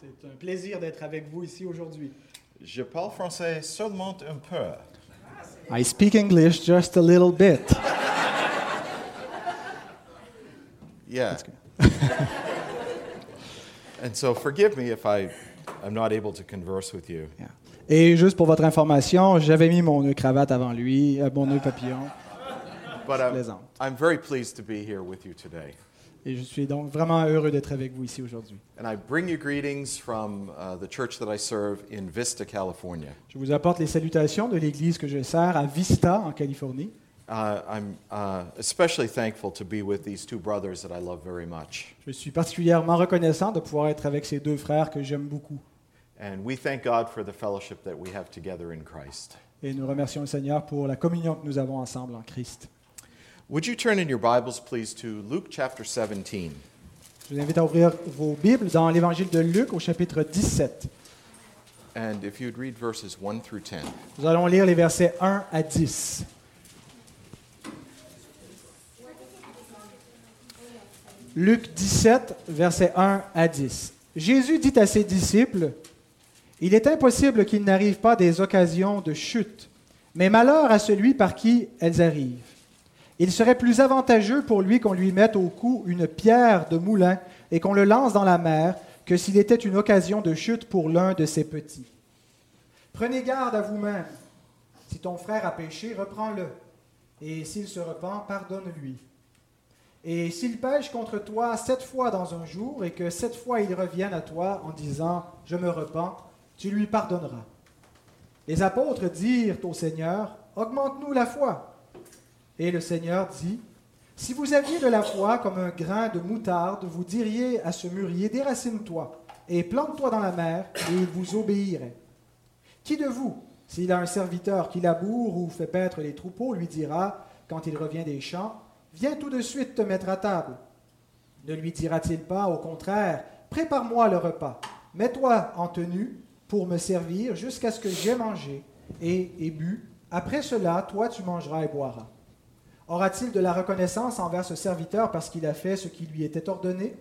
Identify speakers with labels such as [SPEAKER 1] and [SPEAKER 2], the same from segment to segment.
[SPEAKER 1] C'est un plaisir d'être avec vous ici aujourd'hui.
[SPEAKER 2] Je parle français seulement un peu.
[SPEAKER 1] I speak English just a little bit.
[SPEAKER 2] Yeah. and so forgive me if I I'm not able to converse with you.
[SPEAKER 1] Yeah. Et juste pour votre information, j'avais mis mon nœud cravate avant lui, euh, mon nœud papillon.
[SPEAKER 2] But
[SPEAKER 1] Plaisante.
[SPEAKER 2] I'm, I'm very pleased to be here with you today.
[SPEAKER 1] Et je suis donc vraiment heureux d'être avec vous ici aujourd'hui.
[SPEAKER 2] And I bring you greetings from uh, the church that I serve in Vista, California.
[SPEAKER 1] Je vous apporte les salutations de l'église que je sers à Vista, en Californie.
[SPEAKER 2] Uh, I'm uh, especially thankful to be with these two brothers that I love very much.
[SPEAKER 1] Je suis particulièrement reconnaissant de pouvoir être avec ces deux frères que j'aime beaucoup.
[SPEAKER 2] And we thank God for the fellowship that we have together in Christ.
[SPEAKER 1] Et nous remercions le Seigneur pour la communion que nous avons ensemble en Christ.
[SPEAKER 2] Would you turn in your Bibles, please, to Luke chapter 17?
[SPEAKER 1] Je vous invite à ouvrir vos Bibles dans l'évangile de Luc au chapitre 17.
[SPEAKER 2] And if you'd read verses 1 through 10.
[SPEAKER 1] Nous allons lire les versets 1 à 10. Luc 17, versets 1 à 10. Jésus dit à ses disciples, Il est impossible qu'il n'arrive pas des occasions de chute, mais malheur à celui par qui elles arrivent. Il serait plus avantageux pour lui qu'on lui mette au cou une pierre de moulin et qu'on le lance dans la mer que s'il était une occasion de chute pour l'un de ses petits. Prenez garde à vous-même. Si ton frère a péché, reprends-le. Et s'il se repent, pardonne-lui. Et s'il pêche contre toi sept fois dans un jour et que sept fois il revienne à toi en disant Je me repens, tu lui pardonneras. Les apôtres dirent au Seigneur Augmente-nous la foi. Et le Seigneur dit Si vous aviez de la foi comme un grain de moutarde, vous diriez à ce mûrier Déracine-toi et plante-toi dans la mer, et il vous obéirait. Qui de vous, s'il a un serviteur qui laboure ou fait paître les troupeaux, lui dira, quand il revient des champs, Viens tout de suite te mettre à table Ne lui dira-t-il pas, au contraire, Prépare-moi le repas, mets-toi en tenue pour me servir jusqu'à ce que j'aie mangé et, et bu. Après cela, toi tu mangeras et boiras. Aura-t-il de la reconnaissance envers ce serviteur parce qu'il a fait ce qui lui était ordonné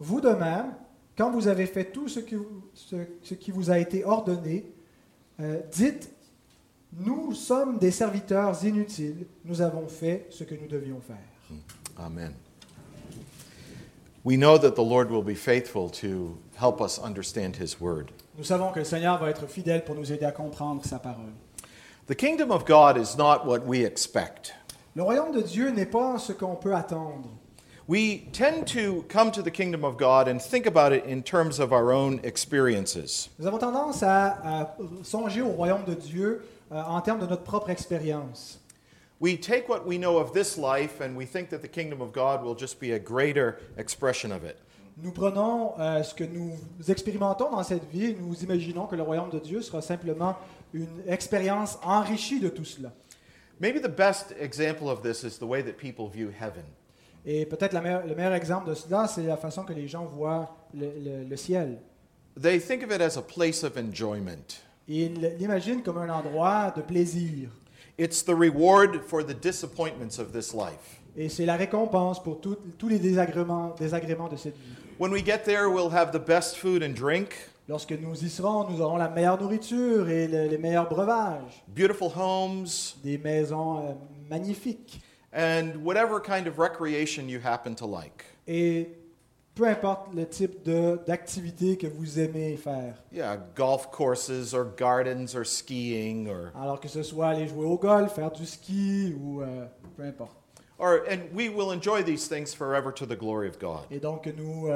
[SPEAKER 1] Vous de même, quand vous avez fait tout ce, que- ce- ce qui vous a été ordonné, euh, dites, nous sommes des serviteurs inutiles, nous avons fait ce que nous devions faire.
[SPEAKER 2] Hmm. Amen. We know that the Lord will be faithful to help us understand His word.
[SPEAKER 1] Nous savons que le Seigneur va être fidèle pour nous aider à comprendre sa parole.
[SPEAKER 2] The kingdom of God is not what we expect.
[SPEAKER 1] Le royaume de Dieu n'est pas ce qu'on peut attendre.
[SPEAKER 2] We tend to come to the kingdom of God and think about it in terms of our own experiences.
[SPEAKER 1] Nous avons tendance à, à songer au royaume de Dieu euh, en termes de notre propre expérience.
[SPEAKER 2] We take what we know of this life and we think that the kingdom of God will just be a greater expression of it.
[SPEAKER 1] Nous prenons euh, ce que nous expérimentons dans cette vie et nous imaginons que le royaume de Dieu sera simplement une expérience enrichie de tout cela.
[SPEAKER 2] Maybe the best example of this is the way that people view heaven.
[SPEAKER 1] Et peut-être la meilleure- le meilleur exemple de cela, c'est la façon que les gens voient le, le- le ciel.
[SPEAKER 2] They think of it as a place of enjoyment.
[SPEAKER 1] Ils l'imaginent comme un endroit de plaisir.
[SPEAKER 2] It's the reward for the disappointments of this life.
[SPEAKER 1] Et c'est la récompense pour tout- tous les désagréments, désagréments de cette vie.
[SPEAKER 2] When we get there, we'll have the best food and drink,
[SPEAKER 1] Lorsque nous y serons, nous aurons la meilleure nourriture et le- les meilleurs breuvages,
[SPEAKER 2] beautiful homes,
[SPEAKER 1] des maisons euh, magnifiques.
[SPEAKER 2] and whatever kind of recreation you happen to like.
[SPEAKER 1] Et peu importe le type de- d'activité que vous aimez faire,
[SPEAKER 2] Yeah, golf courses or gardens or skiing or
[SPEAKER 1] alors que ce soit aller jouer au golf, faire du ski ou euh, peu importe.
[SPEAKER 2] or and we will enjoy these things forever to the glory of God.
[SPEAKER 1] Et donc nous euh,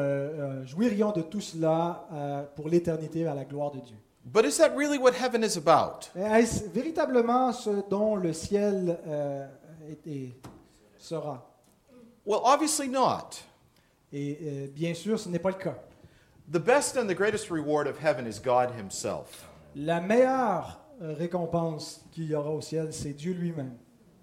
[SPEAKER 1] euh, jouirions de tout cela euh, pour l'éternité à la gloire de Dieu.
[SPEAKER 2] But is that really what heaven is about?
[SPEAKER 1] Mais Est-ce véritablement ce dont le ciel euh, est- est- sera
[SPEAKER 2] Well, obviously not.
[SPEAKER 1] Et euh, bien sûr, ce n'est pas le cas.
[SPEAKER 2] The best and the greatest reward of heaven is God himself.
[SPEAKER 1] La meilleure euh, récompense qu'il y aura au ciel, c'est Dieu lui-même.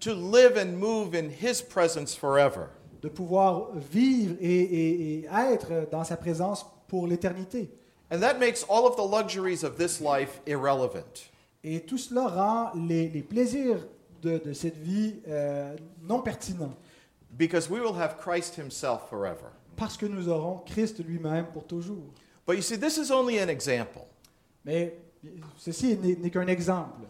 [SPEAKER 2] To live and move in his presence forever.
[SPEAKER 1] De pouvoir vivre et, et- et être dans sa présence pour l'éternité.
[SPEAKER 2] And that makes all of the luxuries of this life irrelevant.
[SPEAKER 1] Et tout cela rend les, les plaisirs de, de cette vie euh, non pertinents.
[SPEAKER 2] Because we will have Christ Himself forever.
[SPEAKER 1] Parce que nous aurons Christ lui-même pour toujours.
[SPEAKER 2] But you see, this is only an example.
[SPEAKER 1] Mais ceci n'est n'est qu'un exemple.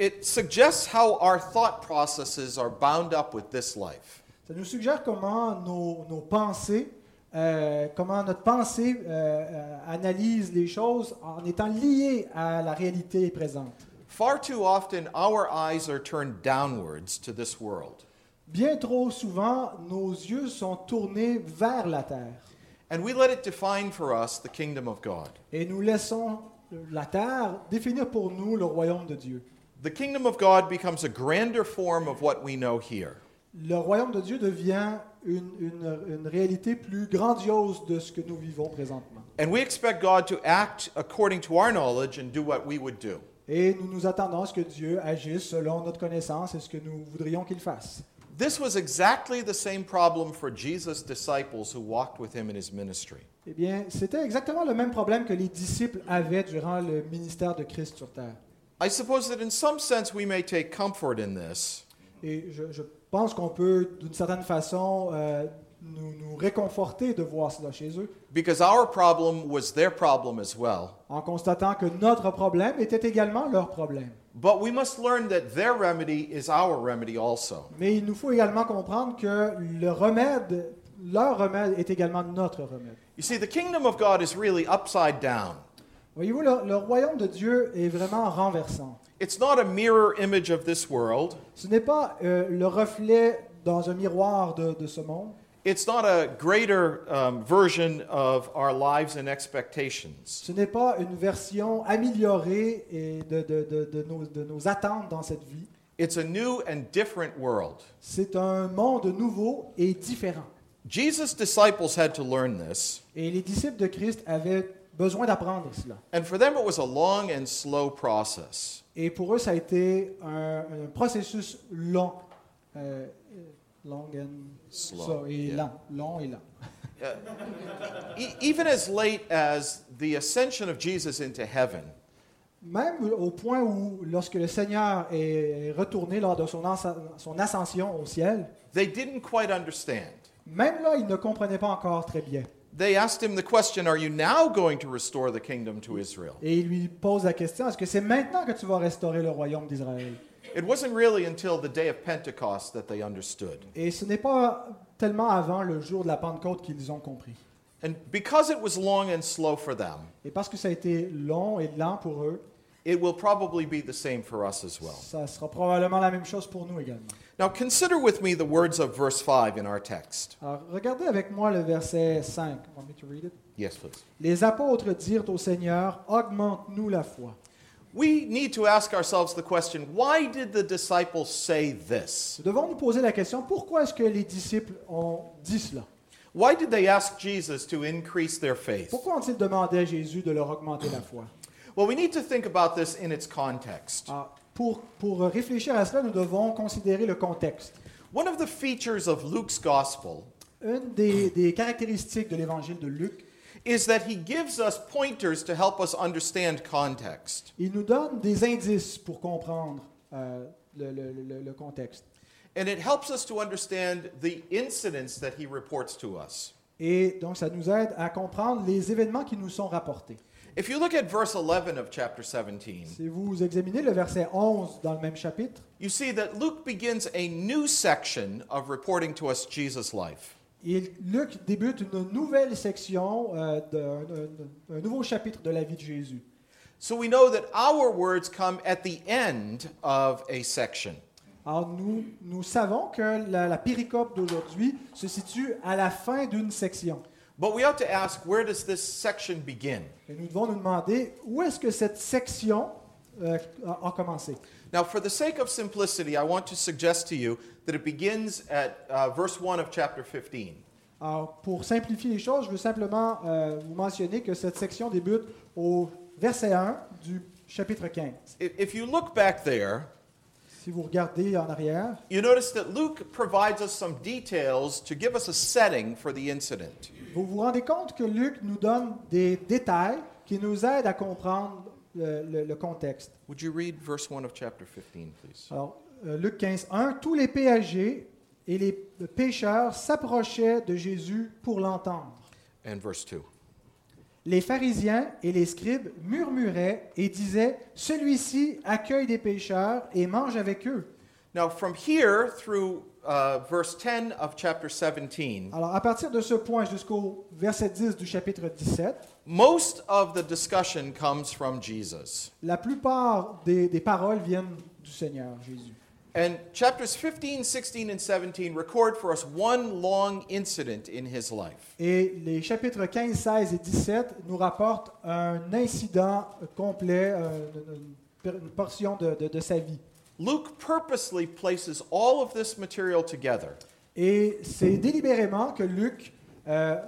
[SPEAKER 2] It suggests how our thought processes are bound up with this life.
[SPEAKER 1] Ça nous suggère comment nos, nos pensées, euh, comment notre pensée euh, euh, analyse les choses en étant liée à la réalité présente.
[SPEAKER 2] Far too often, our eyes are turned downwards to this world,
[SPEAKER 1] Bien trop souvent, nos yeux sont tournés vers la terre
[SPEAKER 2] and we let it define for us the kingdom of God.
[SPEAKER 1] et nous laissons la terre définir pour nous le royaume de Dieu.
[SPEAKER 2] The kingdom of God becomes a grander form of what we know here.
[SPEAKER 1] Le royaume de Dieu devient une, une- une réalité plus grandiose de ce que nous vivons présentement.
[SPEAKER 2] And we expect God to act according to our knowledge and do what we would do.
[SPEAKER 1] Et nous nous attendons à ce que Dieu agisse selon notre connaissance et ce que nous voudrions qu'il fasse.
[SPEAKER 2] This was exactly the same problem for Jesus' disciples who walked with him in his ministry.
[SPEAKER 1] Eh bien, c'était exactement le même problème que les disciples avaient durant le ministère de Christ sur terre.
[SPEAKER 2] I suppose that in some sense we may take comfort in this,
[SPEAKER 1] Et je, je pense qu'on peut, d'une certaine façon, euh, nous, nous réconforter de voir cela chez eux,
[SPEAKER 2] because our problem was their problem as well.
[SPEAKER 1] en constatant que notre problème était également leur problème.
[SPEAKER 2] But we must learn that their remedy is our remedy also.
[SPEAKER 1] Mais il nous faut également comprendre que le remède, leur remède est également notre remède.
[SPEAKER 2] You see, the kingdom of God is really upside down.
[SPEAKER 1] Voyez-vous, le, le royaume de Dieu est vraiment renversant.
[SPEAKER 2] It's not a mirror image of this world,
[SPEAKER 1] Ce n'est pas euh, le reflet dans un miroir de- de ce monde.
[SPEAKER 2] it's not a greater um, version of our lives and expectations.
[SPEAKER 1] Ce n'est pas une version améliorée et de, de- de- de nos, de nos attentes dans cette vie.
[SPEAKER 2] It's a new and different world.
[SPEAKER 1] C'est un monde nouveau et différent.
[SPEAKER 2] Jesus' disciples had to learn this,
[SPEAKER 1] Et les disciples de Christ avaient besoin d'apprendre cela.
[SPEAKER 2] and for them it was a long and slow process.
[SPEAKER 1] Et pour eux, ça a été un, un processus long. Euh, long and
[SPEAKER 2] Slow,
[SPEAKER 1] so- et
[SPEAKER 2] yeah.
[SPEAKER 1] lent. Long et lent.
[SPEAKER 2] E- even as late as the ascension of Jesus into heaven,
[SPEAKER 1] Même au point où, lorsque le Seigneur est retourné lors de son, ansa- son ascension au ciel,
[SPEAKER 2] they didn't quite understand.
[SPEAKER 1] même là, ils ne comprenaient pas encore très bien.
[SPEAKER 2] They asked him the question Are you now going to restore the kingdom to Israel?
[SPEAKER 1] Et il lui pose la question, est-ce que c'est maintenant que tu vas restaurer le royaume d'Israël
[SPEAKER 2] It wasn't really until the day of Pentecost that they understood.
[SPEAKER 1] Et ce n'est pas tellement avant le jour de la Pentecôte qu'ils ont compris.
[SPEAKER 2] And because it was long and slow for them,
[SPEAKER 1] Et parce que ça a été long et lent pour eux,
[SPEAKER 2] it will probably be the same for us as well.
[SPEAKER 1] ça sera probablement la même chose pour nous également.
[SPEAKER 2] Now consider with me the words of verse 5 in our text.
[SPEAKER 1] Alors regardez avec moi le verset 5. Want me to read it?
[SPEAKER 2] Yes, please.
[SPEAKER 1] Les apôtres dirent au Seigneur, augmente-nous la foi.
[SPEAKER 2] We need to ask ourselves the question why did the disciples say this?
[SPEAKER 1] Nous devons nous poser la question, pourquoi est-ce que les disciples ont dit cela
[SPEAKER 2] Why did they ask Jesus to increase their faith?
[SPEAKER 1] Pourquoi ont-ils demandé à Jésus de leur augmenter la foi
[SPEAKER 2] Well, we need to think about this in its context.
[SPEAKER 1] Alors, Ah. pour, pour réfléchir à cela, nous devons considérer le contexte.
[SPEAKER 2] One of the features of Luke's gospel
[SPEAKER 1] Une des, des caractéristiques de l'évangile de Luc,
[SPEAKER 2] is that he gives us pointers to help us understand context.
[SPEAKER 1] il nous donne des indices pour comprendre euh, le, le- le- le contexte.
[SPEAKER 2] And it helps us to understand the incidents that he reports to us.
[SPEAKER 1] Et donc, ça nous aide à comprendre les événements qui nous sont rapportés.
[SPEAKER 2] If you look at verse 11 of chapter 17,
[SPEAKER 1] Si vous examinez le verset 11 dans le même chapitre,
[SPEAKER 2] you see that Luke begins a new section of reporting to us Jesus' life.
[SPEAKER 1] il- Luc débute une nouvelle section, euh, d'un- un- un nouveau chapitre de la vie de Jésus.
[SPEAKER 2] So we know that our words come at the end of a section.
[SPEAKER 1] Alors, nous, nous savons que la, la péricope d'aujourd'hui se situe à la fin d'une section.
[SPEAKER 2] But we ought to ask where does this section begin?
[SPEAKER 1] Et nous devons nous demander où est-ce que cette section euh, a, a commencé.
[SPEAKER 2] Now, for the sake of simplicity, I want to suggest to you that it begins at uh, verse 1 of chapter 15.
[SPEAKER 1] Alors, pour simplifier les choses, je veux simplement euh, vous mentionner que cette section débute au verset 1 du chapitre 15.
[SPEAKER 2] If if you look back there,
[SPEAKER 1] Si vous regardez en arrière,
[SPEAKER 2] you notice that Luke provides us some details to give us a setting for the incident.
[SPEAKER 1] vous vous rendez compte que Luc nous donne des détails qui nous aident à comprendre le, le- le contexte.
[SPEAKER 2] Would you read verse 1 of chapter 15, please?
[SPEAKER 1] Alors, euh, Luc 15, 1, tous les péagers et les pécheurs s'approchaient de Jésus pour l'entendre.
[SPEAKER 2] And verse 2.
[SPEAKER 1] les pharisiens et les scribes murmuraient et disaient, Celui-ci accueille des pécheurs et mange avec eux.
[SPEAKER 2] Now, from here through uh, verse 10 of chapter 17,
[SPEAKER 1] Alors, à partir de ce point jusqu'au verset 10 du chapitre 17,
[SPEAKER 2] most of the discussion comes from Jesus.
[SPEAKER 1] la plupart des, des paroles viennent du Seigneur Jésus.
[SPEAKER 2] And chapters 15, 16, and 17 record for us one long incident in his life.
[SPEAKER 1] Et les chapitres 15, 16 et 17 nous rapportent un incident complet, euh, une- une portion de- de- de sa vie.
[SPEAKER 2] Luke purposely places all of this material together
[SPEAKER 1] Et c'est délibérément que Luc euh,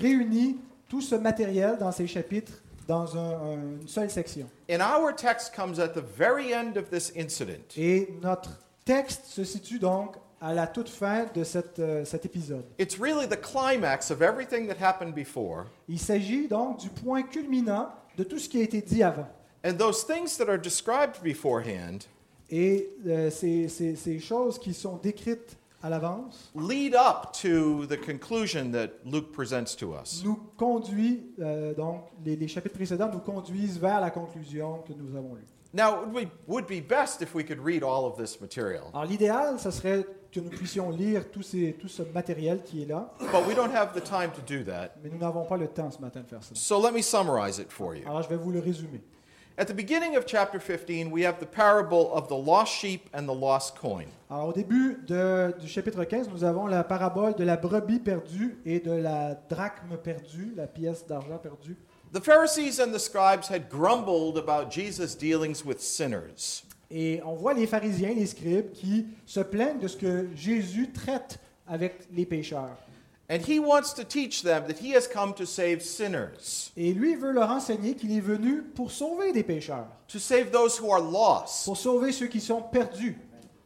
[SPEAKER 1] réunit tout ce matériel dans ses chapitres dans un- un- une seule section.
[SPEAKER 2] And our text comes at the very end of this incident.
[SPEAKER 1] Et notre texte se situe donc à la toute fin de cette, euh, cet épisode.
[SPEAKER 2] It's really the climax of everything that happened before.
[SPEAKER 1] Il s'agit donc du point culminant de tout ce qui a été dit avant.
[SPEAKER 2] And those things that are described beforehand
[SPEAKER 1] Et euh, ces, ces- ces choses qui sont décrites à l'avance
[SPEAKER 2] lead up to the conclusion that Luke presents to us.
[SPEAKER 1] nous conduit euh, donc les, les chapitres précédents nous conduisent vers la conclusion que nous avons lue.
[SPEAKER 2] Now, it would be, would be best if we could read all of this material,
[SPEAKER 1] Alors l'idéal, ce serait que nous puissions lire tout, ces- tout ce matériel qui est là,
[SPEAKER 2] but we don't have the time to do that.
[SPEAKER 1] mais nous n'avons pas le temps ce matin de faire ça.
[SPEAKER 2] So let me summarize it for you.
[SPEAKER 1] Alors je vais vous le résumer.
[SPEAKER 2] At the beginning of chapter 15, we have the parable of the lost sheep and the lost coin.
[SPEAKER 1] Alors au début de- du chapitre 15, nous avons la parabole de la brebis perdue et de la drachme perdue, la pièce d'argent perdue.
[SPEAKER 2] The Pharisees and the scribes had grumbled about Jesus' dealings with sinners.
[SPEAKER 1] Et on voit les pharisiens, les scribes qui se plaignent de ce que Jésus traite avec les pécheurs.
[SPEAKER 2] And he wants to teach them that he has come to save sinners,
[SPEAKER 1] Et lui veut leur enseigner qu'il est venu pour sauver des pécheurs,
[SPEAKER 2] to save those who are lost,
[SPEAKER 1] pour sauver ceux qui sont perdus.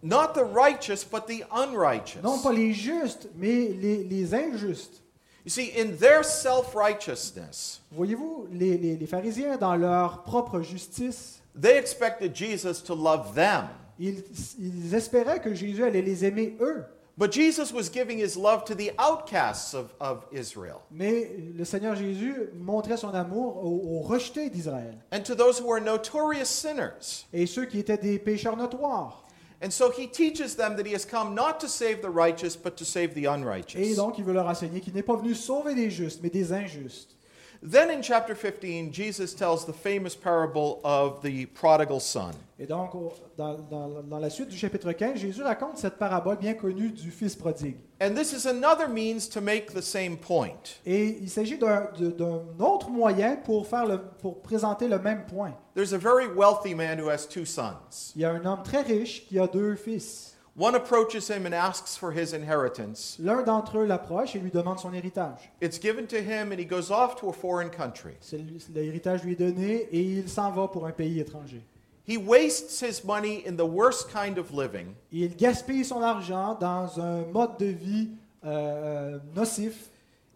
[SPEAKER 2] not the righteous, but the unrighteous.
[SPEAKER 1] Non pas les justes, mais les- les injustes.
[SPEAKER 2] You see, in their self righteousness,
[SPEAKER 1] Voyez-vous, les, les- les pharisiens, dans leur propre justice,
[SPEAKER 2] they expected Jesus to love them.
[SPEAKER 1] ils, ils espéraient que Jésus allait les aimer eux.
[SPEAKER 2] But Jesus was giving his love to the outcasts of, of Israel
[SPEAKER 1] Mais le Seigneur Jésus montrait son amour aux, aux rejetés d'Israël
[SPEAKER 2] and to those who are notorious sinners.
[SPEAKER 1] et ceux qui étaient des pécheurs notoires.
[SPEAKER 2] And so he teaches them that he has come not to save the righteous, but to save the
[SPEAKER 1] Et
[SPEAKER 2] unrighteous.
[SPEAKER 1] donc, il veut leur enseigner qu'il n'est pas venu sauver des justes, mais des injustes.
[SPEAKER 2] Then in chapter 15, Jesus tells the famous parable of the prodigal son.
[SPEAKER 1] Et donc, au- dans, dans- dans la suite du chapitre 15, Jésus raconte cette parabole bien connue du Fils prodigue.
[SPEAKER 2] And this is another means to make the same point.
[SPEAKER 1] Et il s'agit d'un de- d'un autre moyen pour, faire le- pour présenter le même point.
[SPEAKER 2] There's a very wealthy man who has two sons.
[SPEAKER 1] Il y a un homme très riche qui a deux fils.
[SPEAKER 2] One approaches him and asks for his inheritance.
[SPEAKER 1] L'un d'entre eux l'approche et lui demande son héritage.
[SPEAKER 2] It's given to him, and he goes off to a foreign country.
[SPEAKER 1] Celui- L'héritage lui est donné et il s'en va pour un pays étranger.
[SPEAKER 2] He wastes his money in the worst kind of living,
[SPEAKER 1] Il gaspille son argent dans un mode de vie euh, nocif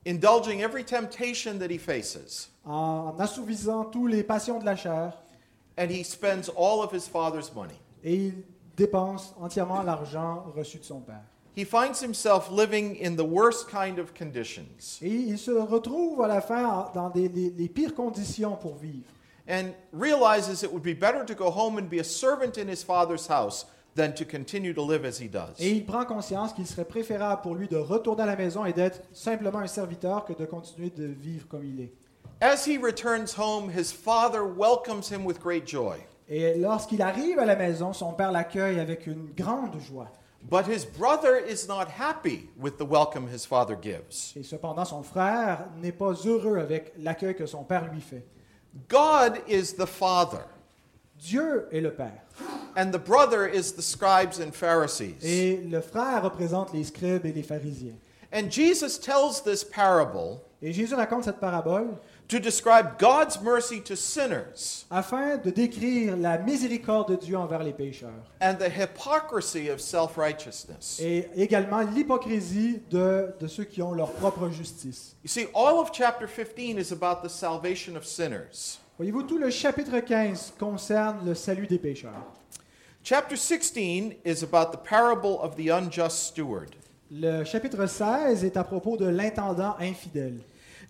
[SPEAKER 2] indulging every temptation that he faces.
[SPEAKER 1] en assouvissant tous les passions de la chair
[SPEAKER 2] And he spends all of his father's money.
[SPEAKER 1] et il dépense entièrement l'argent reçu de son père.
[SPEAKER 2] He finds himself living in the worst kind of conditions.
[SPEAKER 1] Et il se retrouve à la fin en- dans des- les- les pires conditions pour vivre.
[SPEAKER 2] and realizes it would be better to go home and be a servant in his father's house than to continue to live as he does.
[SPEAKER 1] Et il prend conscience qu'il serait préférable pour lui de retourner à la maison et d'être simplement un serviteur que de continuer de vivre comme il est.
[SPEAKER 2] As he returns home, his father welcomes him with great joy.
[SPEAKER 1] Et lorsqu'il arrive à la maison, son père l'accueille avec une grande joie.
[SPEAKER 2] But his brother is not happy with the welcome his father gives.
[SPEAKER 1] Et cependant, son frère n'est pas heureux avec l'accueil que son père lui fait.
[SPEAKER 2] God is the father,
[SPEAKER 1] Dieu est le Père.
[SPEAKER 2] and the brother is the scribes and Pharisees.
[SPEAKER 1] Et le frère représente les scribes et les pharisiens.
[SPEAKER 2] And Jesus tells this parable
[SPEAKER 1] Et Jésus raconte cette parabole
[SPEAKER 2] to describe God's mercy to sinners
[SPEAKER 1] afin de décrire la miséricorde de Dieu envers les pécheurs
[SPEAKER 2] and the hypocrisy of self righteousness.
[SPEAKER 1] et également l'hypocrisie de- de ceux qui ont leur propre justice.
[SPEAKER 2] You see, all of chapter 15 is about the salvation of sinners.
[SPEAKER 1] Voyez-vous, tout le chapitre 15 concerne le salut des pécheurs.
[SPEAKER 2] Chapter 16 is about the parable of the unjust steward.
[SPEAKER 1] Le chapitre 16 est à propos de l'intendant infidèle.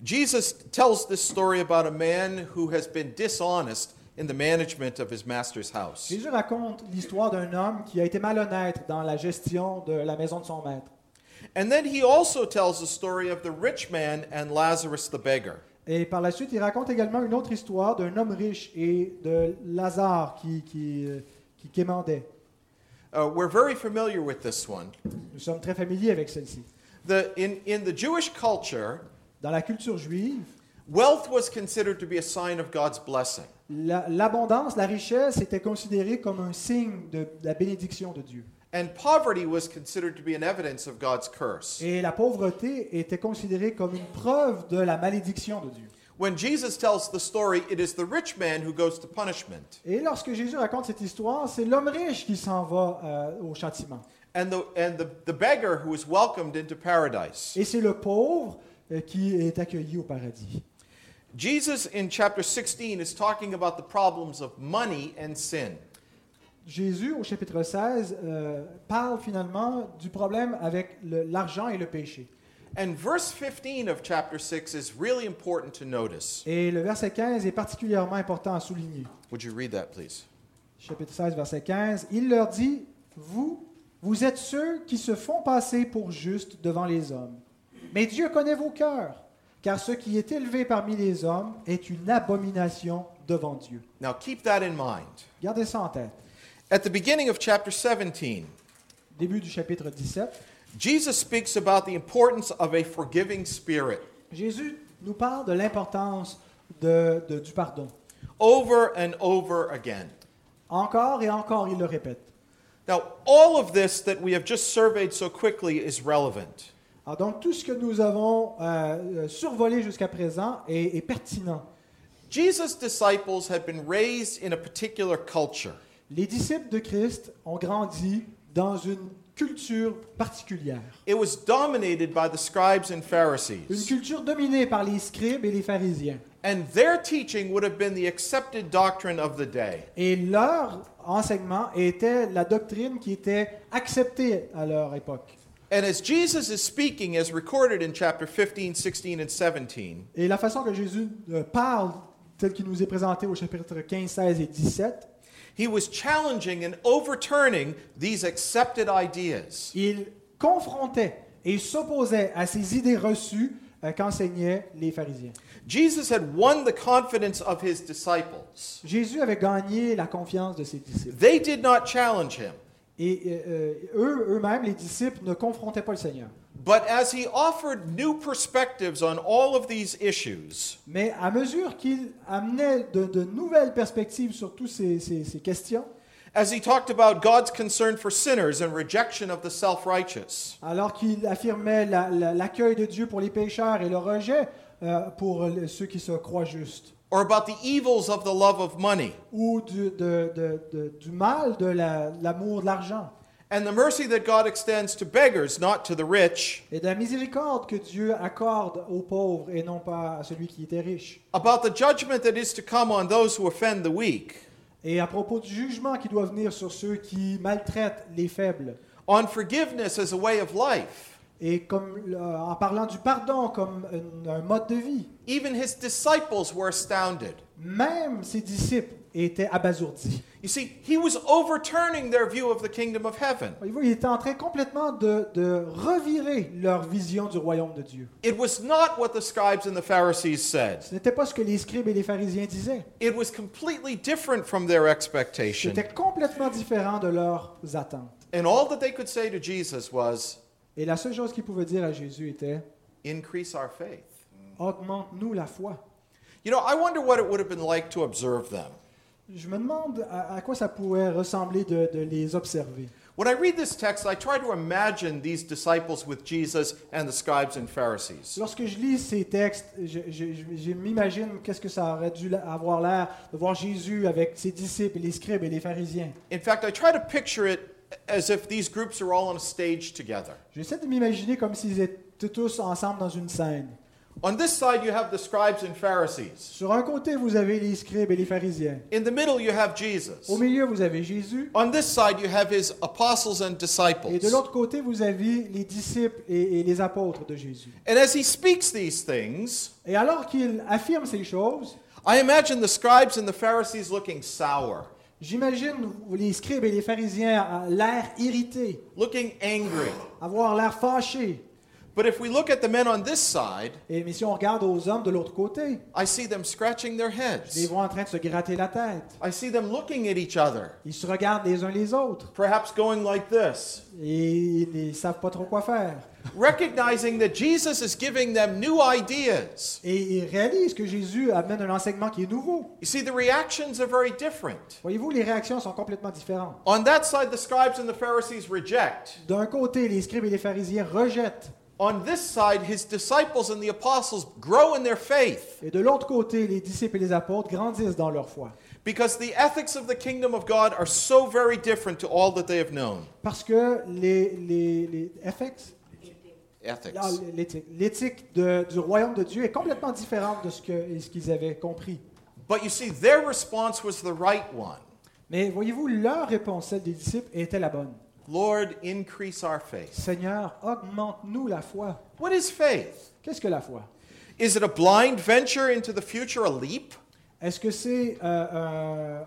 [SPEAKER 2] Jesus tells this story about a man who has been dishonest in the management of his master's house.
[SPEAKER 1] Jésus raconte l'histoire d'un homme qui a été malhonnête dans la gestion de la maison de son maître.
[SPEAKER 2] And then he also tells the story of the rich man and Lazarus the beggar.
[SPEAKER 1] Et par la suite, il raconte également une autre histoire d'un homme riche et de Lazare qui, qui, euh, qui quémandait.
[SPEAKER 2] Uh, we're very familiar with this one.
[SPEAKER 1] Nous sommes très familiers avec celle-ci.
[SPEAKER 2] The, in, in the Jewish culture,
[SPEAKER 1] Dans la culture juive,
[SPEAKER 2] wealth was considered to be a sign of God's blessing.
[SPEAKER 1] la- l'abondance, la richesse était considérée comme un signe de la bénédiction de Dieu.
[SPEAKER 2] And poverty was considered to be an evidence of God's curse.
[SPEAKER 1] Et la pauvreté était considérée comme une preuve de la malédiction de Dieu.
[SPEAKER 2] When Jesus tells the story, it is the rich man who goes to punishment.
[SPEAKER 1] Et lorsque Jésus raconte cette histoire, c'est l'homme riche qui s'en va euh, au châtiment.
[SPEAKER 2] And the, and the, the beggar who is welcomed into paradise.
[SPEAKER 1] Et c'est le pauvre euh, qui est accueilli au paradis.
[SPEAKER 2] Jesus in chapter 16 is talking about the problems of money and sin.
[SPEAKER 1] Jésus, au chapitre 16, euh, parle finalement du problème avec le- l'argent et le péché.
[SPEAKER 2] And verse 15 of chapter 6 is really important to notice.
[SPEAKER 1] Et le verset 15 est particulièrement important à souligner.
[SPEAKER 2] Would you read that, please?
[SPEAKER 1] Chapitre 16, verset 15. Il leur dit, vous, vous êtes ceux qui se font passer pour justes devant les hommes. Mais Dieu connaît vos cœurs, car ce qui est élevé parmi les hommes est une abomination devant Dieu.
[SPEAKER 2] Now keep that in mind.
[SPEAKER 1] Gardez ça en tête.
[SPEAKER 2] At the beginning of chapter 17,
[SPEAKER 1] Début du chapitre 17.
[SPEAKER 2] Jesus speaks about the importance of a forgiving spirit.
[SPEAKER 1] Jésus nous parle de l'importance de- de- du pardon.
[SPEAKER 2] over and over again.
[SPEAKER 1] Encore et encore, il le répète.
[SPEAKER 2] Now, all of this that we have just surveyed so quickly is relevant.
[SPEAKER 1] Alors, donc, tout ce que nous avons euh, survolé jusqu'à présent est, est pertinent.
[SPEAKER 2] Jesus' disciples had been raised in a particular culture.
[SPEAKER 1] Les disciples de Christ ont grandi dans une culture particulière,
[SPEAKER 2] It was dominated by the scribes and
[SPEAKER 1] une
[SPEAKER 2] Pharisees,
[SPEAKER 1] culture dominée par les scribes et les pharisiens.
[SPEAKER 2] and their teaching would have been the accepted doctrine of the day.
[SPEAKER 1] Et leur enseignement était la doctrine qui était acceptée à leur époque.
[SPEAKER 2] And as Jesus is speaking, as recorded in chapter 15, 16, and 17,
[SPEAKER 1] Et la façon que Jésus euh, parle, telle qu'il nous est présentée au chapitre 15, 16 et 17,
[SPEAKER 2] he was challenging and overturning these accepted ideas.
[SPEAKER 1] Il confrontait et s'opposait à ces idées reçues euh, qu'enseignaient les pharisiens.
[SPEAKER 2] Jesus had won the confidence of his disciples.
[SPEAKER 1] Jésus avait gagné la confiance de ses disciples.
[SPEAKER 2] They did not challenge him,
[SPEAKER 1] Et euh, euh, eux, eux-mêmes, les disciples, ne confrontaient pas le Seigneur.
[SPEAKER 2] but as he offered new perspectives on all of these issues,
[SPEAKER 1] Mais à mesure qu'il amenait de, de nouvelles perspectives sur toutes ces, ces- ces questions,
[SPEAKER 2] as he talked about God's concern for sinners and rejection of the self righteous,
[SPEAKER 1] alors qu'il affirmait la- la- l'accueil de Dieu pour les pécheurs et le rejet euh, pour le- ceux qui se croient justes,
[SPEAKER 2] or about the evils of the love of money,
[SPEAKER 1] ou du, de- de- de- du mal de la- de l'amour de l'argent,
[SPEAKER 2] and the mercy that God extends to beggars, not to the rich,
[SPEAKER 1] et de la miséricorde que Dieu accorde aux pauvres et non pas à celui qui était riche,
[SPEAKER 2] about the judgment that is to come on those who offend the weak,
[SPEAKER 1] et à propos du jugement qui doit venir sur ceux qui maltraitent les faibles,
[SPEAKER 2] on forgiveness as a way of life.
[SPEAKER 1] et comme, euh, en parlant du pardon comme une- un mode de vie.
[SPEAKER 2] Even his disciples were astounded.
[SPEAKER 1] Même ses disciples étaient abasourdis.
[SPEAKER 2] You see, he was overturning their view of the kingdom of heaven.
[SPEAKER 1] Voyez-vous, il était en train complètement de, de revirer leur vision du royaume de Dieu.
[SPEAKER 2] It was not what the scribes and the Pharisees said.
[SPEAKER 1] Ce n'était pas ce que les scribes et les pharisiens disaient.
[SPEAKER 2] It was completely different from their expectation.
[SPEAKER 1] C'était complètement différent de leurs attentes.
[SPEAKER 2] And all that they could say to Jesus was,
[SPEAKER 1] Et la seule chose qu'ils pouvaient dire à Jésus était,
[SPEAKER 2] increase our faith.
[SPEAKER 1] augmente-nous la foi.
[SPEAKER 2] You know, I wonder what it would have been like to observe them.
[SPEAKER 1] Je me demande à, à quoi ça pourrait ressembler de, de les observer.
[SPEAKER 2] When I read this text, I try to imagine these disciples with Jesus and the scribes and Pharisees.
[SPEAKER 1] Lorsque je lis ces textes, je, je- je- je m'imagine qu'est-ce que ça aurait dû la- avoir l'air de voir Jésus avec ses disciples, les scribes et les pharisiens.
[SPEAKER 2] In fact, I try to picture it as if these groups are all on a stage together.
[SPEAKER 1] J'essaie de m'imaginer comme s'ils étaient tous ensemble dans une scène.
[SPEAKER 2] On this side, you have the scribes and Pharisees.
[SPEAKER 1] Sur un côté, vous avez les scribes et les pharisiens.
[SPEAKER 2] In the middle, you have Jesus.
[SPEAKER 1] Au milieu, vous avez Jésus.
[SPEAKER 2] On this side, you have his apostles and
[SPEAKER 1] Et
[SPEAKER 2] disciples.
[SPEAKER 1] de l'autre côté, vous avez les disciples et, et les apôtres de Jésus.
[SPEAKER 2] And as he speaks these things,
[SPEAKER 1] Et alors qu'il affirme ces choses,
[SPEAKER 2] I imagine the scribes and the Pharisees looking sour,
[SPEAKER 1] j'imagine les scribes et les pharisiens à l'air irrité,
[SPEAKER 2] looking angry.
[SPEAKER 1] avoir l'air fâché.
[SPEAKER 2] But if we look at the men on this side,
[SPEAKER 1] Et, mais si on regarde aux hommes de l'autre côté,
[SPEAKER 2] I see them scratching their
[SPEAKER 1] je les
[SPEAKER 2] heads.
[SPEAKER 1] vois en train de se gratter la tête.
[SPEAKER 2] I see them looking at each other,
[SPEAKER 1] Ils se regardent les uns les autres
[SPEAKER 2] perhaps going like this,
[SPEAKER 1] et ils ne savent pas trop quoi faire.
[SPEAKER 2] recognizing that Jesus is giving them new ideas.
[SPEAKER 1] Et ils réalisent que Jésus amène un enseignement qui est nouveau.
[SPEAKER 2] You see, the reactions are very different.
[SPEAKER 1] Voyez-vous, les réactions sont complètement différentes.
[SPEAKER 2] On that side, the scribes and the Pharisees reject.
[SPEAKER 1] D'un côté, les scribes et les pharisiens rejettent.
[SPEAKER 2] On this side, his disciples and the apostles grow in their faith
[SPEAKER 1] Et de l'autre côté, les disciples et les apôtres grandissent dans leur foi.
[SPEAKER 2] because the ethics of the kingdom of God are so very different to all that they have known.
[SPEAKER 1] Parce que les, les, les FX, là,
[SPEAKER 2] Ethics.
[SPEAKER 1] l'éthique, l'éthique de- du royaume de Dieu est complètement différente de ce que- ce qu'ils avaient compris.
[SPEAKER 2] But you see, their response was the right one
[SPEAKER 1] Mais voyez-vous, leur réponse, celle des disciples, était la bonne.
[SPEAKER 2] Lord, increase our faith.
[SPEAKER 1] Seigneur, augmente-nous la foi.
[SPEAKER 2] What is faith?
[SPEAKER 1] Qu'est-ce que la foi?
[SPEAKER 2] Is it a blind venture into the future, a leap?
[SPEAKER 1] Est-ce que c'est euh, euh,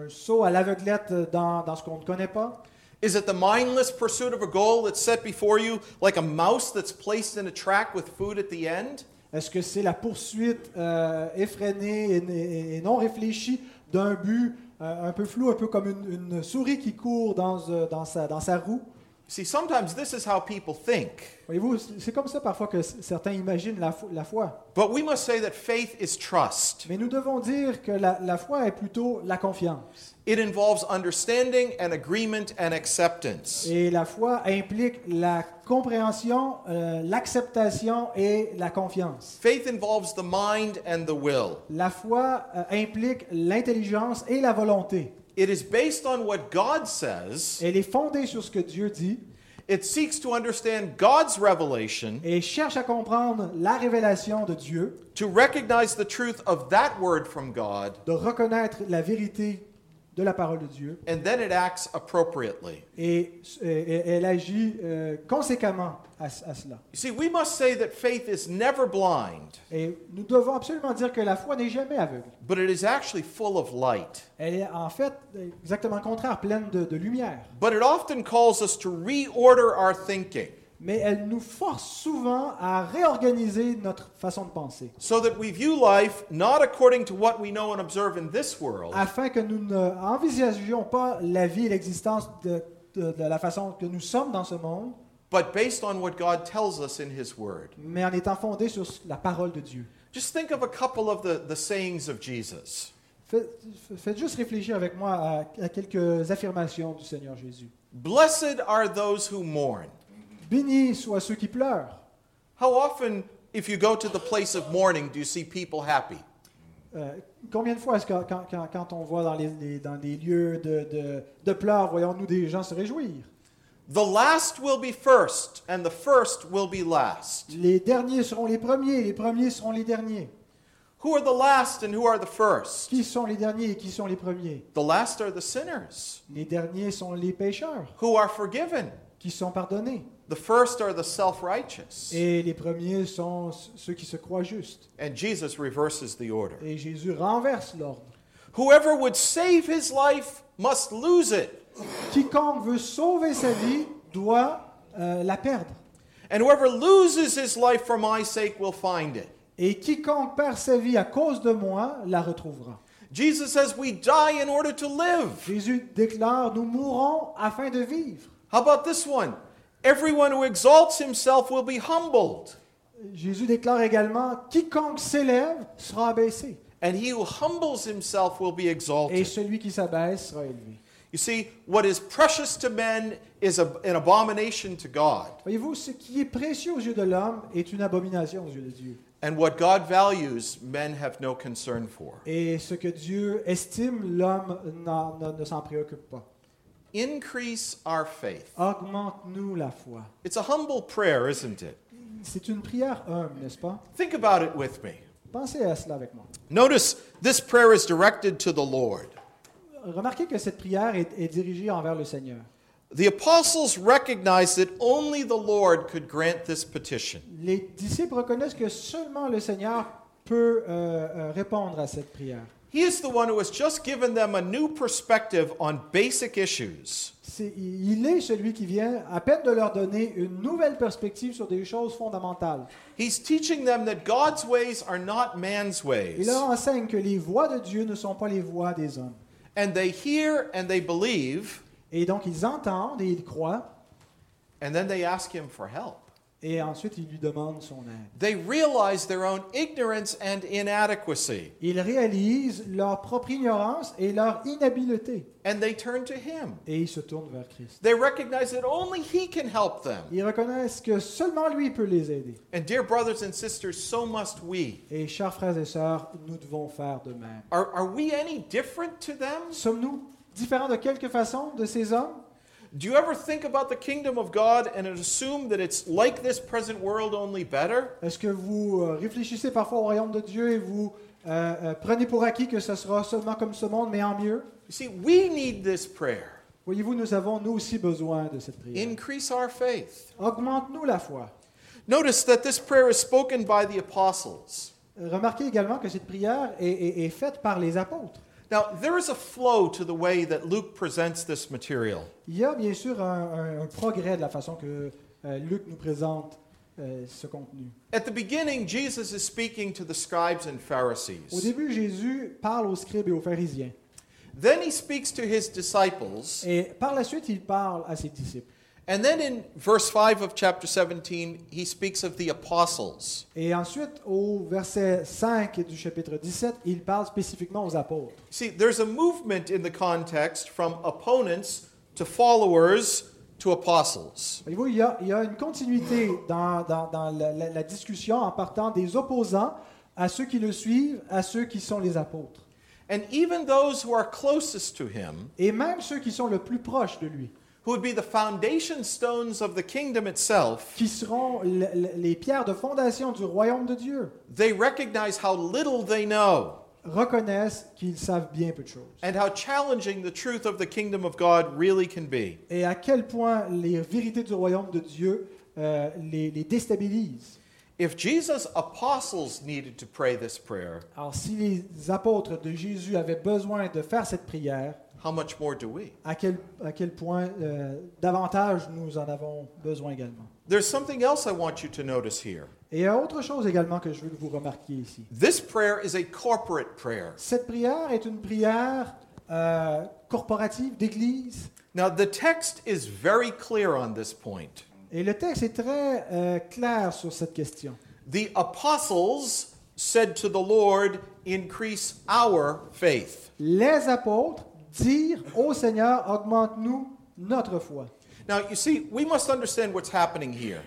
[SPEAKER 1] un, un saut à l'aveuglette dans, dans ce qu'on ne connaît pas?
[SPEAKER 2] Is it the mindless pursuit of a goal that's set before you like a mouse that's placed in a track with food at the end?
[SPEAKER 1] Est-ce que c'est la poursuite euh, effrénée et, et- et non réfléchie d'un but euh, un peu flou, un peu comme une, une souris qui court dans, euh, dans sa, dans sa roue?
[SPEAKER 2] See, sometimes this is how people think.
[SPEAKER 1] Voyez-vous, c'est c'est comme ça parfois que c- certains imaginent la, fo- la foi.
[SPEAKER 2] But we must say that faith is trust.
[SPEAKER 1] Mais nous devons dire que la, la foi est plutôt la confiance.
[SPEAKER 2] It involves understanding and agreement and acceptance.
[SPEAKER 1] Et la foi implique la compréhension, euh, l'acceptation et la confiance.
[SPEAKER 2] Faith involves the mind and the will.
[SPEAKER 1] La foi euh, implique l'intelligence et la volonté.
[SPEAKER 2] It is based on what God says.
[SPEAKER 1] Elle est fondée sur ce que Dieu dit
[SPEAKER 2] It seeks to understand God's revelation,
[SPEAKER 1] et cherche à comprendre la révélation de Dieu,
[SPEAKER 2] to recognize the truth of that word from God,
[SPEAKER 1] de reconnaître la vérité de la parole de Dieu
[SPEAKER 2] and then it acts appropriately.
[SPEAKER 1] et, et- et elle agit euh, conséquemment à, à cela.
[SPEAKER 2] You see, we must say that faith is never blind,
[SPEAKER 1] Et nous devons absolument dire que la foi n'est jamais aveugle.
[SPEAKER 2] but it is actually full of light.
[SPEAKER 1] Elle est en fait exactement le contraire, pleine de, de lumière.
[SPEAKER 2] But it often calls us to reorder our thinking
[SPEAKER 1] Mais elle nous force souvent à réorganiser notre façon de penser
[SPEAKER 2] so that we view life not according to what we know and observe in this world,
[SPEAKER 1] afin que nous n'envisagions pas la vie et l'existence de- de- de la façon que nous sommes dans ce monde,
[SPEAKER 2] but based on what God tells us in His Word.
[SPEAKER 1] mais en étant fondé sur la parole de Dieu.
[SPEAKER 2] Just think of a couple of the, the sayings of Jesus
[SPEAKER 1] Faites, faites juste réfléchir avec moi à, à quelques affirmations du Seigneur Jésus.
[SPEAKER 2] Blessed are those who mourn.
[SPEAKER 1] Bénis soient ceux qui pleurent.
[SPEAKER 2] How often, if you go to the place of mourning, do you see people happy?
[SPEAKER 1] Euh, combien de fois est-ce que quand, quand- quand on voit dans les, les- dans des lieux de, de, de pleurs, voyons-nous des gens se réjouir?
[SPEAKER 2] The last will be first, and the first will be last.
[SPEAKER 1] Les derniers seront les premiers, les premiers seront les derniers.
[SPEAKER 2] Who are the last and who are the first?
[SPEAKER 1] Qui sont les derniers et qui sont les premiers?
[SPEAKER 2] The last are the sinners
[SPEAKER 1] Les derniers sont les pécheurs
[SPEAKER 2] who are forgiven.
[SPEAKER 1] qui sont pardonnés.
[SPEAKER 2] The first are the self righteous.
[SPEAKER 1] Et les premiers sont ceux qui se croient justes.
[SPEAKER 2] And Jesus reverses the order.
[SPEAKER 1] Et Jésus renverse l'ordre.
[SPEAKER 2] Whoever would save his life must lose it,
[SPEAKER 1] Quiconque veut sauver sa vie doit euh, la perdre.
[SPEAKER 2] and whoever loses his life for my sake will find it.
[SPEAKER 1] Et quiconque perd sa vie à cause de moi la retrouvera.
[SPEAKER 2] Jesus says we die in order to live.
[SPEAKER 1] Jésus déclare, nous mourrons afin de vivre.
[SPEAKER 2] How about this one? Everyone who exalts himself will be humbled,
[SPEAKER 1] Jésus déclare également, quiconque s'élève sera abaissé.
[SPEAKER 2] and he who humbles himself will be
[SPEAKER 1] Et
[SPEAKER 2] exalted.
[SPEAKER 1] celui qui s'abaisse sera élevé.
[SPEAKER 2] You see, what is precious to men is a, an abomination to God.
[SPEAKER 1] Voyez-vous, ce qui est précieux aux yeux de l'homme est une abomination aux yeux de Dieu.
[SPEAKER 2] And what God values, men have no concern for.
[SPEAKER 1] Et ce que Dieu estime, l'homme n'en- ne, ne s'en préoccupe pas.
[SPEAKER 2] Increase our faith.
[SPEAKER 1] Augmente-nous la foi.
[SPEAKER 2] It's a humble prayer, isn't it?
[SPEAKER 1] C'est une prière humble, n'est-ce pas?
[SPEAKER 2] Think about it with me.
[SPEAKER 1] Pensez à cela avec moi.
[SPEAKER 2] Notice this prayer is directed to the Lord.
[SPEAKER 1] Remarquez que cette prière est, est dirigée envers le Seigneur.
[SPEAKER 2] The apostles recognized that only the Lord could grant this petition.
[SPEAKER 1] Les disciples reconnaissent que seulement le Seigneur peut euh, euh, répondre à cette prière.
[SPEAKER 2] He is the one who has just given them a new perspective on basic issues.
[SPEAKER 1] C'est- il est celui qui vient à peine de leur donner une nouvelle perspective sur des choses fondamentales.
[SPEAKER 2] He's teaching them that God's ways are not man's
[SPEAKER 1] Il
[SPEAKER 2] ways.
[SPEAKER 1] leur enseigne que les voies de Dieu ne sont pas les voies des hommes.
[SPEAKER 2] And they hear and they believe,
[SPEAKER 1] Et donc ils entendent et ils croient,
[SPEAKER 2] and then they ask him for help.
[SPEAKER 1] et ensuite ils lui demandent son aide.
[SPEAKER 2] They realize their own ignorance and inadequacy,
[SPEAKER 1] Ils réalisent leur propre ignorance et leur inhabileté,
[SPEAKER 2] and they turn to him.
[SPEAKER 1] et ils se tournent vers Christ.
[SPEAKER 2] They recognize that only he can help them.
[SPEAKER 1] Ils reconnaissent que seulement lui peut les aider.
[SPEAKER 2] And dear brothers and sisters, so must we.
[SPEAKER 1] Et chers frères et sœurs, nous devons faire de même.
[SPEAKER 2] Are, are we any different to them?
[SPEAKER 1] Sommes-nous différents de quelque façon de ces hommes
[SPEAKER 2] Do you ever think about the kingdom of God and assume that it's like this present world, only better?
[SPEAKER 1] Est-ce que vous euh, réfléchissez parfois au royaume de Dieu et vous euh, euh, prenez pour acquis que ce sera seulement comme ce monde, mais en mieux
[SPEAKER 2] You see, we need this prayer.
[SPEAKER 1] Voyez-vous, nous avons nous aussi besoin de cette prière.
[SPEAKER 2] Increase our faith.
[SPEAKER 1] Augmente-nous la foi.
[SPEAKER 2] Notice that this prayer is spoken by the apostles.
[SPEAKER 1] Remarquez également que cette prière est, est- est faite par les apôtres.
[SPEAKER 2] Now, there is a flow to the way that Luke presents this material.
[SPEAKER 1] Il y a bien sûr un, un- un progrès de la façon que euh, Luc nous présente euh, ce contenu.
[SPEAKER 2] At the beginning, Jesus is speaking to the scribes and
[SPEAKER 1] Au
[SPEAKER 2] Pharisees.
[SPEAKER 1] début, Jésus parle aux scribes et aux pharisiens.
[SPEAKER 2] Then he speaks to his disciples.
[SPEAKER 1] Et par la suite, il parle à ses disciples.
[SPEAKER 2] And then in verse 5 of chapter 17, he speaks of the apostles.
[SPEAKER 1] Et ensuite, au verset 5 du chapitre 17, il parle spécifiquement aux apôtres.
[SPEAKER 2] See, there's a movement in the context from opponents to followers to apostles.
[SPEAKER 1] Voyez-vous, il y a, il y a une continuité dans, dans- dans la, la- la discussion en partant des opposants à ceux qui le suivent, à ceux qui sont les apôtres.
[SPEAKER 2] And even those who are closest to him,
[SPEAKER 1] Et même ceux qui sont le plus proches de lui,
[SPEAKER 2] who would be the foundation stones of the kingdom itself,
[SPEAKER 1] qui seront le- le- les pierres de fondation du royaume de Dieu,
[SPEAKER 2] they recognize how little they know
[SPEAKER 1] reconnaissent qu'ils savent bien peu de choses.
[SPEAKER 2] and how challenging the truth of the kingdom of God really can be.
[SPEAKER 1] Et à quel point les vérités du royaume de Dieu euh, les- les déstabilisent.
[SPEAKER 2] If Jesus' apostles needed to pray this prayer,
[SPEAKER 1] Alors, si les apôtres de Jésus avaient besoin de faire cette prière,
[SPEAKER 2] how much more do we?
[SPEAKER 1] à quel, à quel point euh, davantage nous en avons besoin également.
[SPEAKER 2] There's something else I want you to notice here.
[SPEAKER 1] Et il y a autre chose également que je veux que vous remarquiez ici.
[SPEAKER 2] This prayer is a corporate prayer.
[SPEAKER 1] Cette prière est une prière euh, corporative d'église.
[SPEAKER 2] Now, the text is very clear on this point.
[SPEAKER 1] Et le texte est très euh, clair sur cette question.
[SPEAKER 2] The apostles said to the Lord, Increase our faith.
[SPEAKER 1] Les apôtres dirent au Seigneur, augmente-nous notre foi.
[SPEAKER 2] Now, you see, we must understand what's happening here.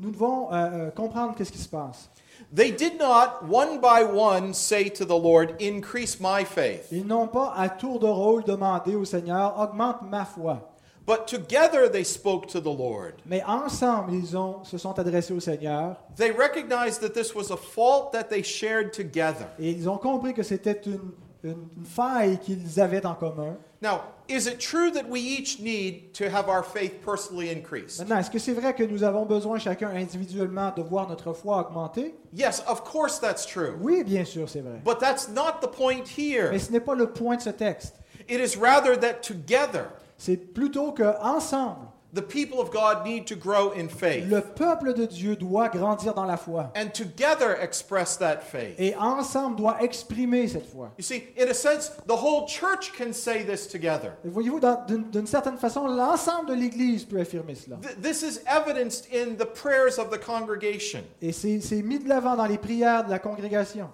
[SPEAKER 1] Nous devons euh, euh, comprendre qu'est-ce qui se passe.
[SPEAKER 2] They did not, one by one, say to the Lord, Increase my faith.
[SPEAKER 1] Ils n'ont pas à tour de rôle demandé au Seigneur, augmente ma foi.
[SPEAKER 2] But together they spoke to the Lord.
[SPEAKER 1] Mais ensemble, ils ont- se sont adressés au Seigneur
[SPEAKER 2] They recognized that this was a fault that they shared together.
[SPEAKER 1] et ils ont compris que c'était une, une- une faille qu'ils avaient en commun.
[SPEAKER 2] Now, is it true that we each need to have our faith personally increased?
[SPEAKER 1] Maintenant, est-ce que c'est vrai que nous avons besoin chacun individuellement de voir notre foi augmenter?
[SPEAKER 2] Yes, of course that's true.
[SPEAKER 1] Oui, bien sûr, c'est vrai.
[SPEAKER 2] But that's not the point here.
[SPEAKER 1] Mais ce n'est pas le point de ce texte.
[SPEAKER 2] It is rather that together
[SPEAKER 1] C'est plutôt que ensemble,
[SPEAKER 2] the people of God need to grow in faith
[SPEAKER 1] le peuple de Dieu doit grandir dans la foi
[SPEAKER 2] and together express that faith.
[SPEAKER 1] et ensemble doit exprimer cette foi.
[SPEAKER 2] You see, in a sense, the whole church can say this together.
[SPEAKER 1] Voyez-vous, dans- d'une d'une certaine façon, l'ensemble de l'Église peut affirmer cela.
[SPEAKER 2] Th- this is evidenced in the prayers of the congregation.
[SPEAKER 1] Et c'est c'est mis de l'avant dans les prières de la congrégation.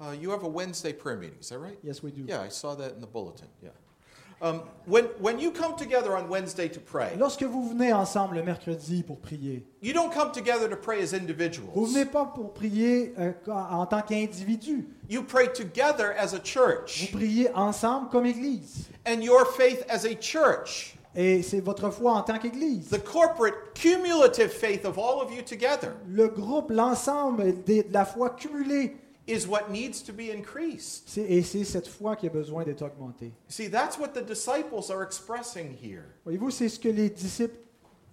[SPEAKER 2] Uh, you have a Wednesday prayer meeting, is that right?
[SPEAKER 1] Yes, we do.
[SPEAKER 2] Yeah, I saw that in the bulletin. Yeah. Um, when, when you come together on Wednesday to pray,
[SPEAKER 1] Lorsque vous venez ensemble le mercredi pour prier,
[SPEAKER 2] you don't come together to pray as
[SPEAKER 1] vous
[SPEAKER 2] individuals.
[SPEAKER 1] venez pas pour prier euh, en en tant qu'individu.
[SPEAKER 2] You pray together as a
[SPEAKER 1] Vous
[SPEAKER 2] church,
[SPEAKER 1] priez ensemble comme Église.
[SPEAKER 2] and your faith as a church
[SPEAKER 1] Et c'est votre foi en tant qu'Église.
[SPEAKER 2] The corporate, cumulative faith of all of you together
[SPEAKER 1] Le groupe, l'ensemble des- de la foi cumulée.
[SPEAKER 2] is what needs to be increased.
[SPEAKER 1] C'est- Et c'est cette foi qui a besoin d'être augmentée.
[SPEAKER 2] See, that's what the disciples are expressing here.
[SPEAKER 1] Voyez-vous, c'est ce que les disciples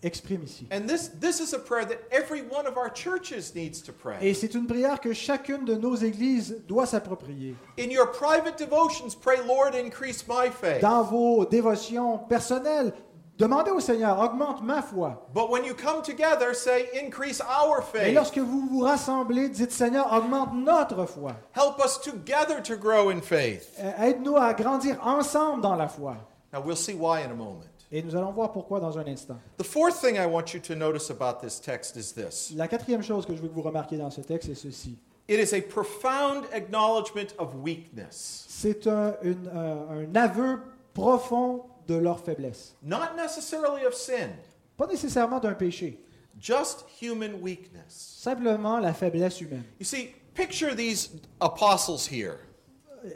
[SPEAKER 1] expriment ici.
[SPEAKER 2] And this, this is a prayer that every one of our churches needs to
[SPEAKER 1] Et
[SPEAKER 2] pray.
[SPEAKER 1] c'est une prière que chacune de nos églises doit s'approprier.
[SPEAKER 2] In your private devotions, pray, Lord, increase my faith.
[SPEAKER 1] Dans vos dévotions personnelles, demandez au Seigneur, augmente ma foi.
[SPEAKER 2] But when you come together, say, increase our
[SPEAKER 1] Et
[SPEAKER 2] faith.
[SPEAKER 1] lorsque vous vous rassemblez, dites Seigneur, augmente notre foi.
[SPEAKER 2] Help us together to grow in faith.
[SPEAKER 1] Euh, Aide-nous à grandir ensemble dans la foi.
[SPEAKER 2] Now, we'll see why in a moment.
[SPEAKER 1] Et nous allons voir pourquoi dans un instant.
[SPEAKER 2] The fourth thing I want you to notice about this text is this
[SPEAKER 1] La quatrième chose que je veux que vous remarquiez dans ce texte est ceci.
[SPEAKER 2] it is a profound acknowledgement of weakness.
[SPEAKER 1] C'est un, une, euh, un aveu profond de leur faiblesse.
[SPEAKER 2] Not necessarily of sin,
[SPEAKER 1] Pas nécessairement d'un péché,
[SPEAKER 2] just human weakness.
[SPEAKER 1] simplement la faiblesse humaine.
[SPEAKER 2] You see, picture these apostles here.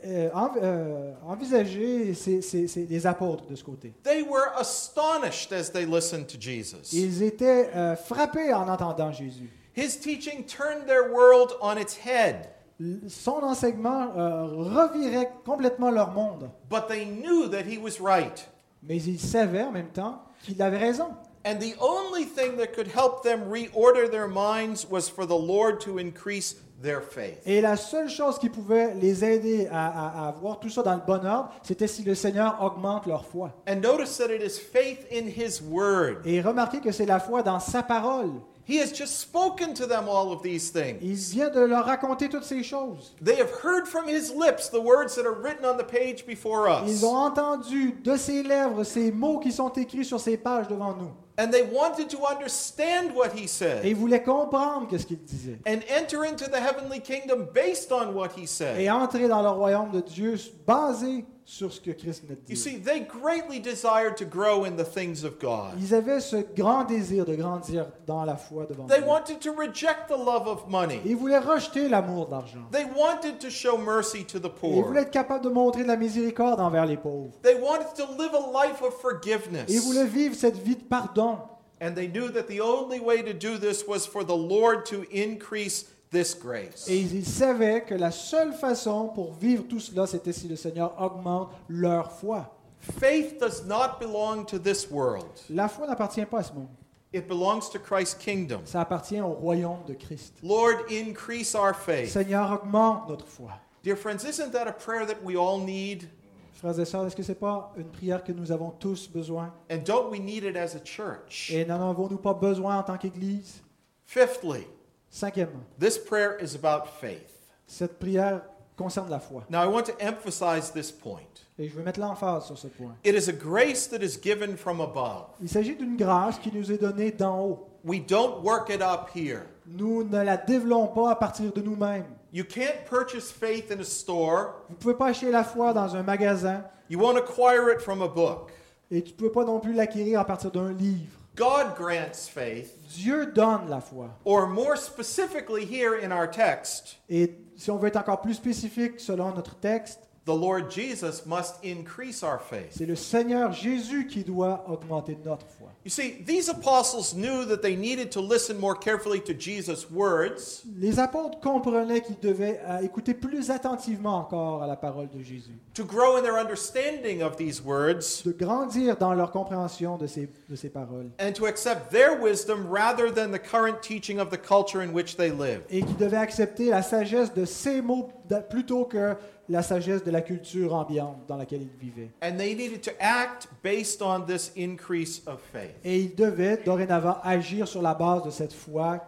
[SPEAKER 1] Euh, en- euh, envisagez ces- ces- ces- les apôtres de ce côté.
[SPEAKER 2] They were astonished as they listened to Jesus.
[SPEAKER 1] Ils étaient euh, frappés en entendant Jésus.
[SPEAKER 2] His teaching turned their world on its head,
[SPEAKER 1] L- Son enseignement euh, revirait complètement leur monde.
[SPEAKER 2] but they knew that he was right.
[SPEAKER 1] Mais ils savaient en même temps qu'il avait raison.
[SPEAKER 2] And the only thing that could help them reorder their minds was for the Lord to increase their faith.
[SPEAKER 1] Et la seule chose qui pouvait les aider à, à- à voir tout ça dans le bon ordre, c'était si le Seigneur augmente leur foi.
[SPEAKER 2] And notice that it is faith in his word.
[SPEAKER 1] Et remarquez que c'est la foi dans sa parole.
[SPEAKER 2] He has just spoken to them all of these things.
[SPEAKER 1] Il vient de leur raconter toutes ces choses.
[SPEAKER 2] They have heard from his lips the words that are written on the page before us.
[SPEAKER 1] Ils ont entendu de ses lèvres ces mots qui sont écrits sur ces pages devant nous.
[SPEAKER 2] And they wanted to understand what he
[SPEAKER 1] Et ils
[SPEAKER 2] said
[SPEAKER 1] voulaient comprendre ce qu'il disait.
[SPEAKER 2] and enter into the heavenly kingdom based on what he
[SPEAKER 1] Et
[SPEAKER 2] said.
[SPEAKER 1] entrer dans le royaume de Dieu basé sur ce que Christ nous
[SPEAKER 2] You
[SPEAKER 1] dit.
[SPEAKER 2] see, they greatly desired to grow in the things of God.
[SPEAKER 1] Ils avaient ce grand désir de grandir dans la foi devant
[SPEAKER 2] They
[SPEAKER 1] Dieu.
[SPEAKER 2] wanted to reject the love of money.
[SPEAKER 1] Ils voulaient rejeter l'amour de l'argent.
[SPEAKER 2] They wanted to show mercy to the
[SPEAKER 1] Ils voulaient
[SPEAKER 2] poor.
[SPEAKER 1] être capables de montrer de la miséricorde envers les pauvres.
[SPEAKER 2] They wanted to live a life of
[SPEAKER 1] Ils
[SPEAKER 2] forgiveness.
[SPEAKER 1] voulaient vivre cette vie de pardon.
[SPEAKER 2] And they knew that the only way to do this was for the Lord to increase this grace.
[SPEAKER 1] Et ils savaient que la seule façon pour vivre tout cela, c'était si le Seigneur augmente leur foi.
[SPEAKER 2] Faith does not belong to this world,
[SPEAKER 1] La foi n'appartient pas à ce monde.
[SPEAKER 2] it belongs to Christ's kingdom.
[SPEAKER 1] Ça appartient au royaume de Christ.
[SPEAKER 2] Lord, increase our faith.
[SPEAKER 1] Seigneur, augmente notre foi.
[SPEAKER 2] Dear friends, isn't that a prayer that we all need?
[SPEAKER 1] Frères et sœurs, est-ce que ce n'est pas une prière que nous avons tous besoin?
[SPEAKER 2] And don't we need it as a church?
[SPEAKER 1] Et n'en avons-nous pas besoin en tant qu'Église?
[SPEAKER 2] Fifthly,
[SPEAKER 1] Cinquièmement,
[SPEAKER 2] this prayer is about faith.
[SPEAKER 1] cette prière concerne la foi.
[SPEAKER 2] Now, I want to emphasize this point.
[SPEAKER 1] Et je veux mettre l'emphase sur ce point.
[SPEAKER 2] It is a grace that is given from above.
[SPEAKER 1] Il s'agit d'une grâce qui nous est donnée d'en haut.
[SPEAKER 2] We don't work it up here.
[SPEAKER 1] Nous ne la développons pas à partir de nous-mêmes.
[SPEAKER 2] You can't purchase faith in a store.
[SPEAKER 1] Vous ne pouvez pas acheter la foi dans un magasin
[SPEAKER 2] You won't acquire it from a book.
[SPEAKER 1] et tu ne peux pas non plus l'acquérir à partir d'un livre.
[SPEAKER 2] God grants faith,
[SPEAKER 1] Dieu donne la foi.
[SPEAKER 2] or more specifically, here in our text,
[SPEAKER 1] Et si on veut être encore plus spécifique selon notre texte,
[SPEAKER 2] the Lord Jesus must increase our faith.
[SPEAKER 1] c'est le Seigneur Jésus qui doit augmenter notre foi.
[SPEAKER 2] You see, these apostles knew that they needed to listen more carefully to Jesus' words,
[SPEAKER 1] Les apôtres comprenaient qu'ils devaient euh, écouter plus attentivement encore à la parole de Jésus,
[SPEAKER 2] to grow in their understanding of these words,
[SPEAKER 1] de grandir dans leur compréhension de ces, de ces paroles,
[SPEAKER 2] and to accept their wisdom rather than the current teaching of the culture in which they live.
[SPEAKER 1] et qu'ils devaient accepter la sagesse de ces mots de- plutôt que la sagesse de la culture ambiante dans laquelle ils vivaient.
[SPEAKER 2] And they needed to act based on this increase of faith.
[SPEAKER 1] Et ils devaient dorénavant agir sur la base de cette foi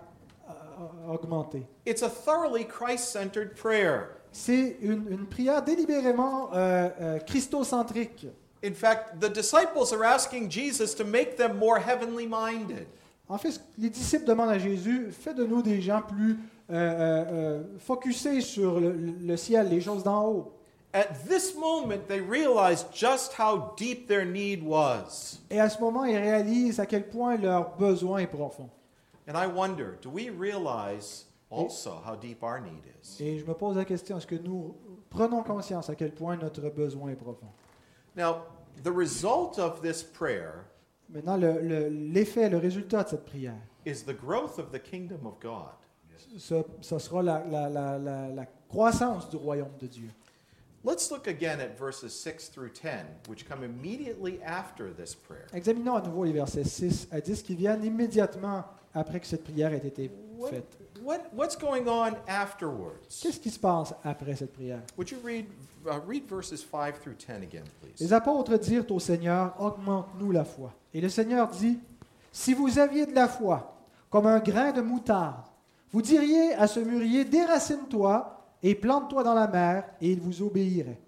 [SPEAKER 1] euh, augmentée.
[SPEAKER 2] It's a thoroughly Christ centered prayer.
[SPEAKER 1] C'est une, une prière délibérément euh, euh, christocentrique.
[SPEAKER 2] In fact, the disciples are asking Jesus to make them more heavenly minded.
[SPEAKER 1] En fait, ce que les disciples demandent à Jésus, fais de nous des gens plus euh, euh, euh, focusés sur le, le ciel, les choses d'en haut.
[SPEAKER 2] At this moment, they realize just how deep their need was.
[SPEAKER 1] Et à ce moment, ils réalisent à quel point leur besoin est profond.
[SPEAKER 2] And I wonder, do we realize also how deep our need is?
[SPEAKER 1] Et je me pose la question, est-ce que nous prenons conscience à quel point notre besoin est profond?
[SPEAKER 2] Now, the result of this prayer
[SPEAKER 1] Maintenant, le- le- l'effet, le, résultat de cette prière,
[SPEAKER 2] is the growth of the kingdom of God.
[SPEAKER 1] ce, ce sera la, la- la- la- la croissance du royaume de Dieu.
[SPEAKER 2] Let's look again at verses 6 through 10, which come immediately after this prayer.
[SPEAKER 1] Examinons à nouveau les versets 6 à 10 qui viennent immédiatement après que cette prière ait été
[SPEAKER 2] What,
[SPEAKER 1] faite.
[SPEAKER 2] what, what's going on afterwards?
[SPEAKER 1] Qu'est-ce qui se passe après cette prière?
[SPEAKER 2] Would you read, uh, read verses 5 through 10 again, please?
[SPEAKER 1] Les apôtres dirent au Seigneur, augmente-nous la foi. Et le Seigneur dit, si vous aviez de la foi, comme un grain de moutarde, vous diriez à ce mûrier, déracine-toi et plante-toi dans la mer, et il vous obéirait.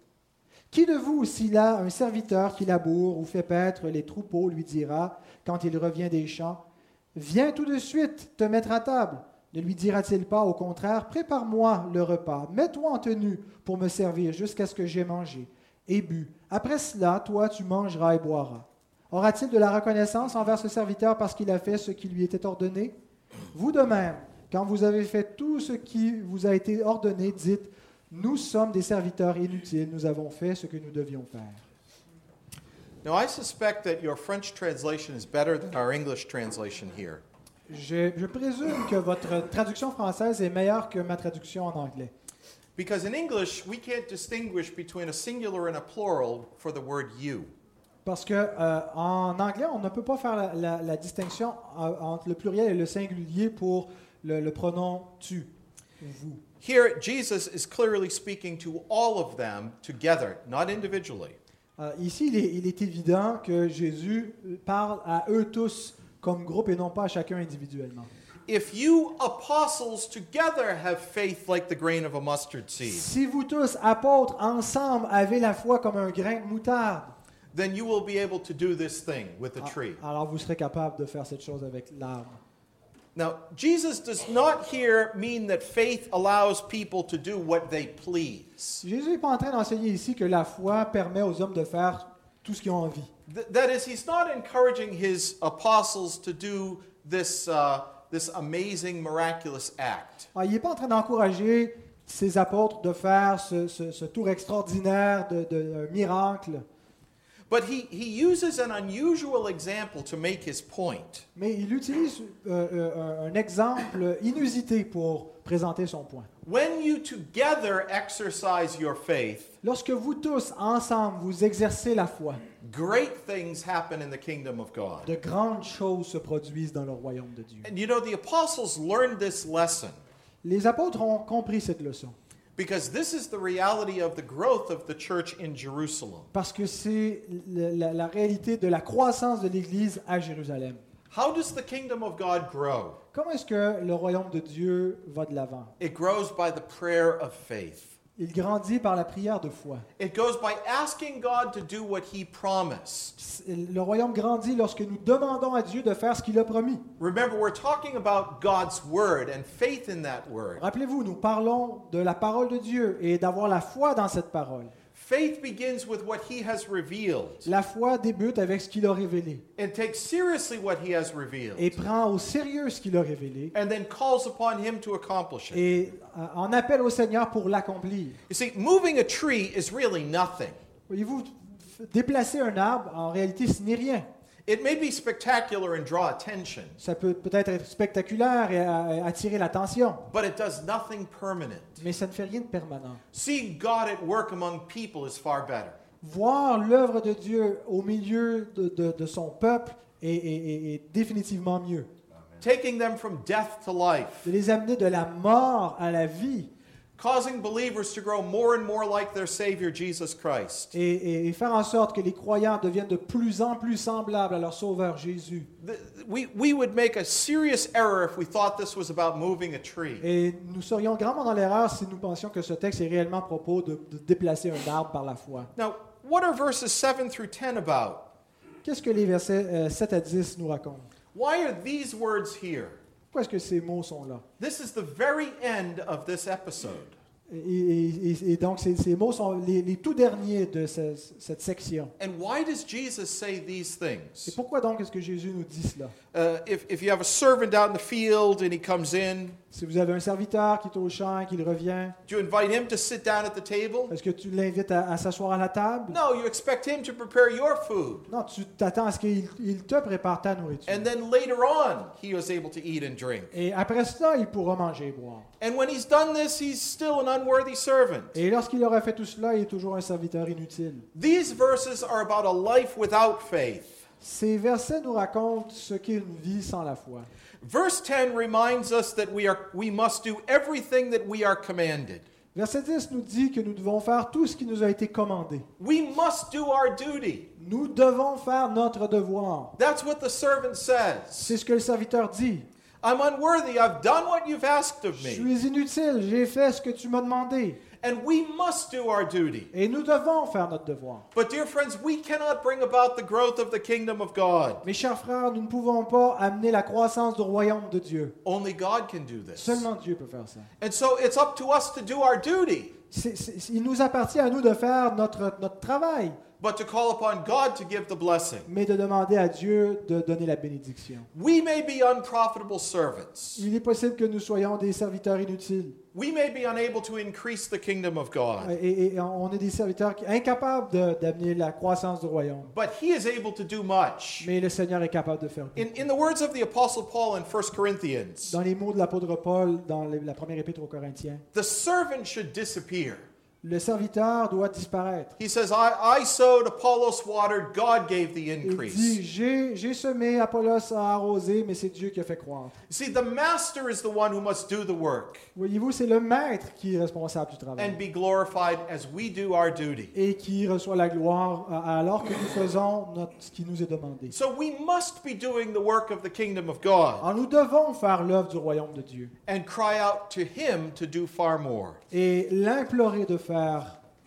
[SPEAKER 1] Qui de vous, s'il a un serviteur qui laboure ou fait paître les troupeaux, lui dira, quand il revient des champs, Viens tout de suite te mettre à table. Ne lui dira-t-il pas au contraire, prépare-moi le repas, mets-toi en tenue pour me servir jusqu'à ce que j'aie mangé et bu. Après cela, toi, tu mangeras et boiras. Aura-t-il de la reconnaissance envers ce serviteur parce qu'il a fait ce qui lui était ordonné Vous de même, quand vous avez fait tout ce qui vous a été ordonné, dites, nous sommes des serviteurs inutiles, nous avons fait ce que nous devions faire.
[SPEAKER 2] Now, I suspect that your French translation is better than our English translation here.
[SPEAKER 1] Je, je présume que votre traduction française est meilleure que ma traduction en anglais.
[SPEAKER 2] Because in English, we can't distinguish between a singular and a plural for the word you.
[SPEAKER 1] Parce que euh, en anglais, on ne peut pas faire la, la- la distinction euh, entre le pluriel et le singulier pour le, le pronom tu ou vous.
[SPEAKER 2] Here, Jesus is clearly speaking to all of them together, not individually.
[SPEAKER 1] Euh, ici, il est, il est évident que Jésus parle à eux tous comme groupe et non pas à chacun individuellement.
[SPEAKER 2] If you apostles together have faith like the grain of a mustard seed,
[SPEAKER 1] Si vous tous, apôtres, ensemble, avez la foi comme un grain de moutarde, ah,
[SPEAKER 2] then you will be able to do this thing with the tree.
[SPEAKER 1] alors vous serez capable de faire cette chose avec l'arbre.
[SPEAKER 2] Now, Jesus does not here mean that faith allows people to do what they please.
[SPEAKER 1] Jésus n'est pas en train d'enseigner ici que la foi permet aux hommes de faire tout ce qu'ils ont envie.
[SPEAKER 2] Th- that is, he's not encouraging his apostles to do this, uh, this amazing, miraculous act.
[SPEAKER 1] Ah, il n'est pas en train d'encourager ses apôtres de faire ce, ce- ce tour extraordinaire de, de- un miracle,
[SPEAKER 2] But he, he uses an unusual example to make his point.
[SPEAKER 1] mais il utilise euh, euh, un exemple inusité pour présenter son point.
[SPEAKER 2] When you together exercise your faith,
[SPEAKER 1] Lorsque vous tous, ensemble, vous exercez la foi,
[SPEAKER 2] great things happen in the kingdom of God.
[SPEAKER 1] de grandes choses se produisent dans le royaume de Dieu.
[SPEAKER 2] And you know, the apostles learned this lesson
[SPEAKER 1] Les apôtres ont compris cette leçon,
[SPEAKER 2] because this is the reality of the growth of the church in Jerusalem.
[SPEAKER 1] parce que c'est la- la- la réalité de la croissance de l'Église à Jérusalem.
[SPEAKER 2] How does the kingdom of God grow?
[SPEAKER 1] Comment est-ce que le royaume de Dieu va de l'avant
[SPEAKER 2] It grows by the prayer of faith.
[SPEAKER 1] Il grandit par la prière de foi.
[SPEAKER 2] It goes by asking God to do what He promised.
[SPEAKER 1] C'est- Le royaume grandit lorsque nous demandons à Dieu de faire ce qu'il a promis.
[SPEAKER 2] Remember, we're talking about God's word and faith in that word.
[SPEAKER 1] Rappelez-vous, nous parlons de la parole de Dieu et d'avoir la foi dans cette parole.
[SPEAKER 2] Faith begins with what He has revealed
[SPEAKER 1] La foi débute avec ce qu'il a révélé
[SPEAKER 2] and takes seriously what He has
[SPEAKER 1] et
[SPEAKER 2] revealed
[SPEAKER 1] prend au sérieux ce qu'il a révélé
[SPEAKER 2] and then calls upon Him to accomplish it.
[SPEAKER 1] et euh, en appelle au Seigneur pour l'accomplir.
[SPEAKER 2] You see, moving a tree is really nothing.
[SPEAKER 1] Voyez-vous, f- déplacer un arbre, en réalité, ce n'est rien.
[SPEAKER 2] It may be spectacular and draw attention,
[SPEAKER 1] Ça peut peut-être être spectaculaire et euh, attirer l'attention,
[SPEAKER 2] but it does nothing permanent.
[SPEAKER 1] mais ça ne fait rien de permanent.
[SPEAKER 2] Seeing God at work among people is far better.
[SPEAKER 1] Voir l'œuvre de Dieu au milieu de, de- de son peuple est- est- est- est définitivement mieux.
[SPEAKER 2] Taking them from death to life,
[SPEAKER 1] de les amener de la mort à la vie
[SPEAKER 2] causing believers to grow more and more like their Savior Jesus Christ.
[SPEAKER 1] et, et- et faire en sorte que les croyants deviennent de plus en plus semblables à leur Sauveur Jésus.
[SPEAKER 2] Th- We, we would make a serious error if we thought this was about moving a tree.
[SPEAKER 1] Et nous serions grandement dans l'erreur si nous pensions que ce texte est réellement à propos de, de déplacer un arbre par la foi.
[SPEAKER 2] Now, what are verses 7 through 10 about?
[SPEAKER 1] Qu'est-ce que les versets euh, 7 à 10 nous racontent?
[SPEAKER 2] Why are these words here?
[SPEAKER 1] Pourquoi est-ce que ces mots sont là?
[SPEAKER 2] This is the very end of this episode.
[SPEAKER 1] Et, et- et- et donc, ces, ces mots sont les, les tout derniers de ce- cette section.
[SPEAKER 2] And why does Jesus say these
[SPEAKER 1] Et
[SPEAKER 2] things?
[SPEAKER 1] pourquoi donc est-ce que Jésus nous dit cela?
[SPEAKER 2] Uh, if, if you have a servant out in the field and he comes in,
[SPEAKER 1] Si vous avez un serviteur qui est au champ, qu'il revient,
[SPEAKER 2] Do you invite him to sit down at the table?
[SPEAKER 1] est-ce que tu l'invites à, à s'asseoir à la table?
[SPEAKER 2] No, you expect him to prepare your food.
[SPEAKER 1] Non, tu t'attends à ce qu'il il te prépare ta nourriture.
[SPEAKER 2] And then later on, he was able to eat and drink.
[SPEAKER 1] Et après cela, il pourra manger et boire.
[SPEAKER 2] And when he's done this, he's still an unworthy servant.
[SPEAKER 1] Et lorsqu'il aura fait tout cela, il est toujours un serviteur inutile.
[SPEAKER 2] These verses are about a life without faith.
[SPEAKER 1] Ces versets nous racontent ce qu'est une vie sans la foi.
[SPEAKER 2] Verse 10 reminds us that we, are, we must do everything that we are commanded.
[SPEAKER 1] Verset 10 nous dit que nous devons faire tout ce qui nous a été commandé.
[SPEAKER 2] We must do our duty.
[SPEAKER 1] Nous devons faire notre devoir.
[SPEAKER 2] That's what the servant says.
[SPEAKER 1] C'est ce que le serviteur dit.
[SPEAKER 2] I'm unworthy. I've done what you've asked of
[SPEAKER 1] Je
[SPEAKER 2] me.
[SPEAKER 1] suis inutile, j'ai fait ce que tu m'as demandé.
[SPEAKER 2] And we must do our duty.
[SPEAKER 1] Et nous devons faire notre devoir.
[SPEAKER 2] But, dear friends, we cannot bring about the growth of the kingdom of God.
[SPEAKER 1] Mes chers frères, nous ne pouvons pas amener la croissance du royaume de Dieu.
[SPEAKER 2] Only God can do this.
[SPEAKER 1] Seulement Dieu peut faire ça.
[SPEAKER 2] And so it's up to us to do our duty.
[SPEAKER 1] C'est- c'est- il nous appartient à nous de faire notre, notre travail,
[SPEAKER 2] but to call upon God to give the blessing.
[SPEAKER 1] mais de demander à Dieu de donner la bénédiction.
[SPEAKER 2] We may be unprofitable servants.
[SPEAKER 1] Il est possible que nous soyons des serviteurs inutiles
[SPEAKER 2] We may be unable to increase the kingdom of God.
[SPEAKER 1] et, et on est des serviteurs qui- incapables de- d'amener la croissance du royaume.
[SPEAKER 2] But he is able to do much.
[SPEAKER 1] Mais le Seigneur est capable de faire beaucoup.
[SPEAKER 2] In, in the words of the Apostle Paul in 1 Corinthians,
[SPEAKER 1] Dans les mots de l'apôtre Paul, dans le- la première épître aux Corinthiens,
[SPEAKER 2] the servant should disappear.
[SPEAKER 1] le serviteur doit disparaître.
[SPEAKER 2] He says, I, I sowed, Apollos watered, God gave the
[SPEAKER 1] Il dit,
[SPEAKER 2] increase.
[SPEAKER 1] j'ai j'ai semé, Apollos a arrosé, mais c'est Dieu qui a fait croître.
[SPEAKER 2] See, the master is the one who must do the work
[SPEAKER 1] Voyez-vous, c'est le maître qui est responsable du travail.
[SPEAKER 2] and be glorified as we do our duty.
[SPEAKER 1] et qui reçoit la gloire euh, alors que nous faisons notre- ce qui nous est demandé.
[SPEAKER 2] So we must be doing the work of the kingdom of God
[SPEAKER 1] Alors nous devons faire l'œuvre du royaume de Dieu
[SPEAKER 2] and cry out to him to do far more.
[SPEAKER 1] et l'implorer de faire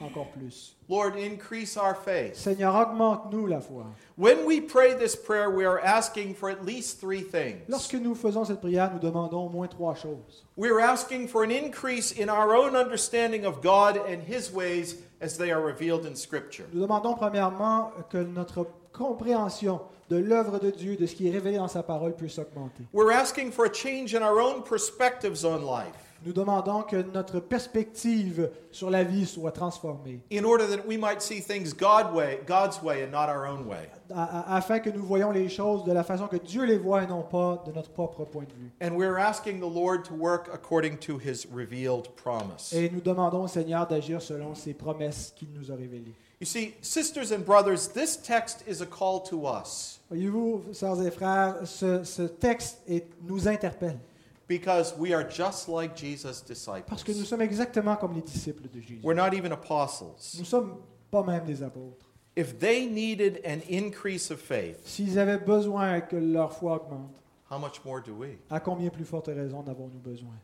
[SPEAKER 1] encore plus.
[SPEAKER 2] Lord, increase our faith.
[SPEAKER 1] Seigneur, augmente-nous la foi.
[SPEAKER 2] When we pray this prayer, we are asking for at least three things.
[SPEAKER 1] Lorsque nous faisons cette prière, nous demandons au moins trois choses.
[SPEAKER 2] We're asking for an increase in our own understanding of God and His ways as they are revealed in Scripture.
[SPEAKER 1] Nous demandons premièrement que notre compréhension de l'œuvre de Dieu, de ce qui est révélé dans sa parole, puisse augmenter.
[SPEAKER 2] We're asking for a change in our own perspectives on life
[SPEAKER 1] Nous demandons que notre perspective sur la vie soit transformée
[SPEAKER 2] in order that we might see things God way, God's way and not our own way.
[SPEAKER 1] a- a- afin que nous voyions les choses de la façon que Dieu les voit et non pas de notre propre point de vue.
[SPEAKER 2] And we're asking the Lord to work according to His revealed promise.
[SPEAKER 1] Et nous demandons au Seigneur d'agir selon ses promesses qu'il nous a révélées.
[SPEAKER 2] You see, sisters and brothers, this text is a call to us.
[SPEAKER 1] Voyez-vous, sœurs et frères, ce, ce texte est- nous interpelle
[SPEAKER 2] Because we are just like Jesus' disciples.
[SPEAKER 1] parce que nous sommes exactement comme les disciples de Jésus.
[SPEAKER 2] We're not even apostles.
[SPEAKER 1] Nous sommes pas même des apôtres.
[SPEAKER 2] If they needed an increase of faith,
[SPEAKER 1] S'ils avaient besoin que leur foi augmente,
[SPEAKER 2] how much more do we?
[SPEAKER 1] à combien plus forte raison n'avons-nous besoin?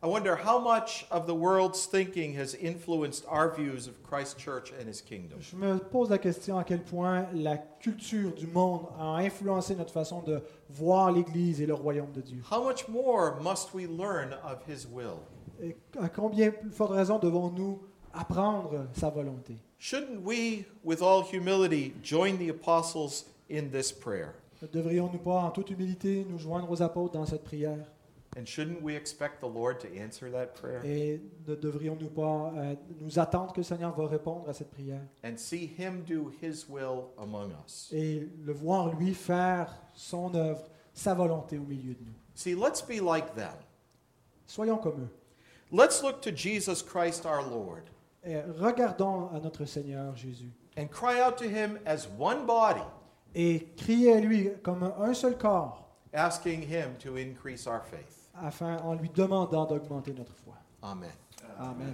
[SPEAKER 2] I wonder how much of the world's thinking has influenced our views of Christ Church and his kingdom.
[SPEAKER 1] Je me pose la question à quel point la culture du monde a influencé notre façon de voir l'Église et le royaume de Dieu.
[SPEAKER 2] How much more must we learn of his will?
[SPEAKER 1] Et à combien plus forte raison devons-nous apprendre sa volonté?
[SPEAKER 2] Shouldn't we, with all humility, join the apostles in this prayer?
[SPEAKER 1] Ne Devrions-nous pas, en toute humilité, nous joindre aux apôtres dans cette prière?
[SPEAKER 2] And shouldn't we expect the Lord to answer that prayer
[SPEAKER 1] Et ne devrions-nous pas euh, nous attendre que le Seigneur va répondre à cette prière
[SPEAKER 2] and see him do his will among us?
[SPEAKER 1] et le voir, lui, faire son œuvre, sa volonté au milieu de nous?
[SPEAKER 2] See, let's be like them.
[SPEAKER 1] Soyons comme eux.
[SPEAKER 2] Let's look to Jesus Christ our Lord
[SPEAKER 1] Et regardons à notre Seigneur Jésus
[SPEAKER 2] and cry out to him as one body,
[SPEAKER 1] et crier à lui comme un seul corps,
[SPEAKER 2] asking him to increase our faith.
[SPEAKER 1] afin, en lui demandant d'augmenter notre foi.
[SPEAKER 2] Amen.
[SPEAKER 1] Amen.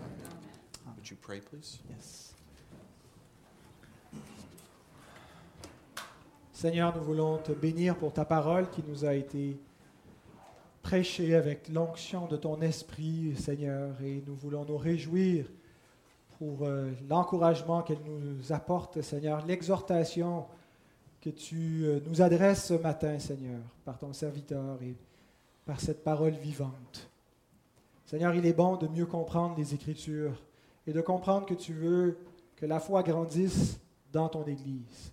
[SPEAKER 2] Would you pray, please?
[SPEAKER 1] Yes. Seigneur, nous voulons te bénir pour ta parole qui nous a été prêchée avec l'onction de ton esprit, Seigneur, et nous voulons nous réjouir pour euh, l'encouragement qu'elle nous apporte, Seigneur, l'exhortation que tu euh, nous adresses ce matin, Seigneur, par ton serviteur et par cette parole vivante. Seigneur, il est bon de mieux comprendre les Écritures et de comprendre que tu veux que la foi grandisse dans ton Église.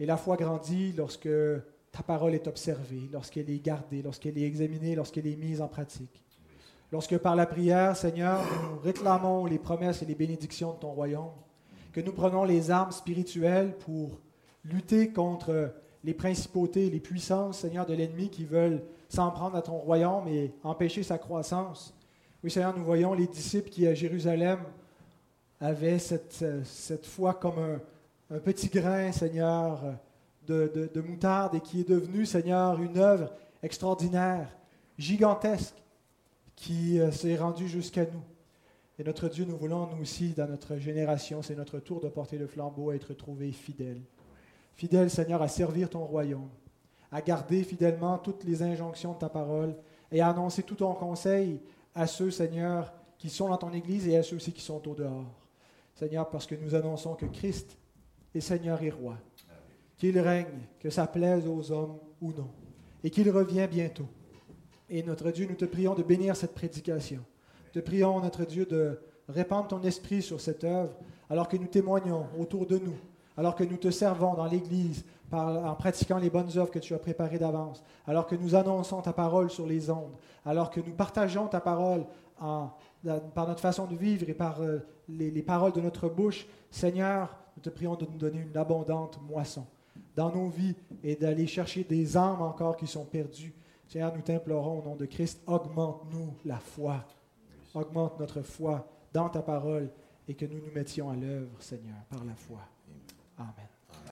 [SPEAKER 1] Et la foi grandit lorsque ta parole est observée, lorsqu'elle est gardée, lorsqu'elle est examinée, lorsqu'elle est mise en pratique. Lorsque par la prière, Seigneur, nous réclamons les promesses et les bénédictions de ton royaume, que nous prenons les armes spirituelles pour lutter contre les principautés, les puissances, Seigneur, de l'ennemi qui veulent s'en prendre à ton royaume et empêcher sa croissance. Oui, Seigneur, nous voyons les disciples qui, à Jérusalem, avaient cette, euh, cette foi comme un, un petit grain, Seigneur, euh, de, de- de moutarde et qui est devenu, Seigneur, une œuvre extraordinaire, gigantesque, qui euh, s'est rendue jusqu'à nous. Et notre Dieu, nous voulons, nous aussi, dans notre génération, c'est notre tour de porter le flambeau, à être trouvés fidèles. Fidèles, Seigneur, à servir ton royaume, à garder fidèlement toutes les injonctions de ta parole et à annoncer tout ton conseil à ceux, Seigneur, qui sont dans ton Église et à ceux aussi qui sont au dehors. Seigneur, parce que nous annonçons que Christ est Seigneur et Roi, qu'il règne, que ça plaise aux hommes ou non, et qu'il revient bientôt. Et notre Dieu, nous te prions de bénir cette prédication. Te prions, notre Dieu, de répandre ton esprit sur cette œuvre, alors que nous témoignons autour de nous, alors que nous te servons dans l'Église par- en pratiquant les bonnes œuvres que tu as préparées d'avance, alors que nous annonçons ta parole sur les ondes, alors que nous partageons ta parole en- dans- par notre façon de vivre et par euh, les, les paroles de notre bouche. Seigneur, nous te prions de nous donner une abondante moisson dans nos vies et d'aller chercher des âmes encore qui sont perdues. Seigneur, nous t'implorons au nom de Christ, augmente-nous la foi, augmente notre foi dans ta parole et que nous nous mettions à l'œuvre, Seigneur, par la foi. Amen.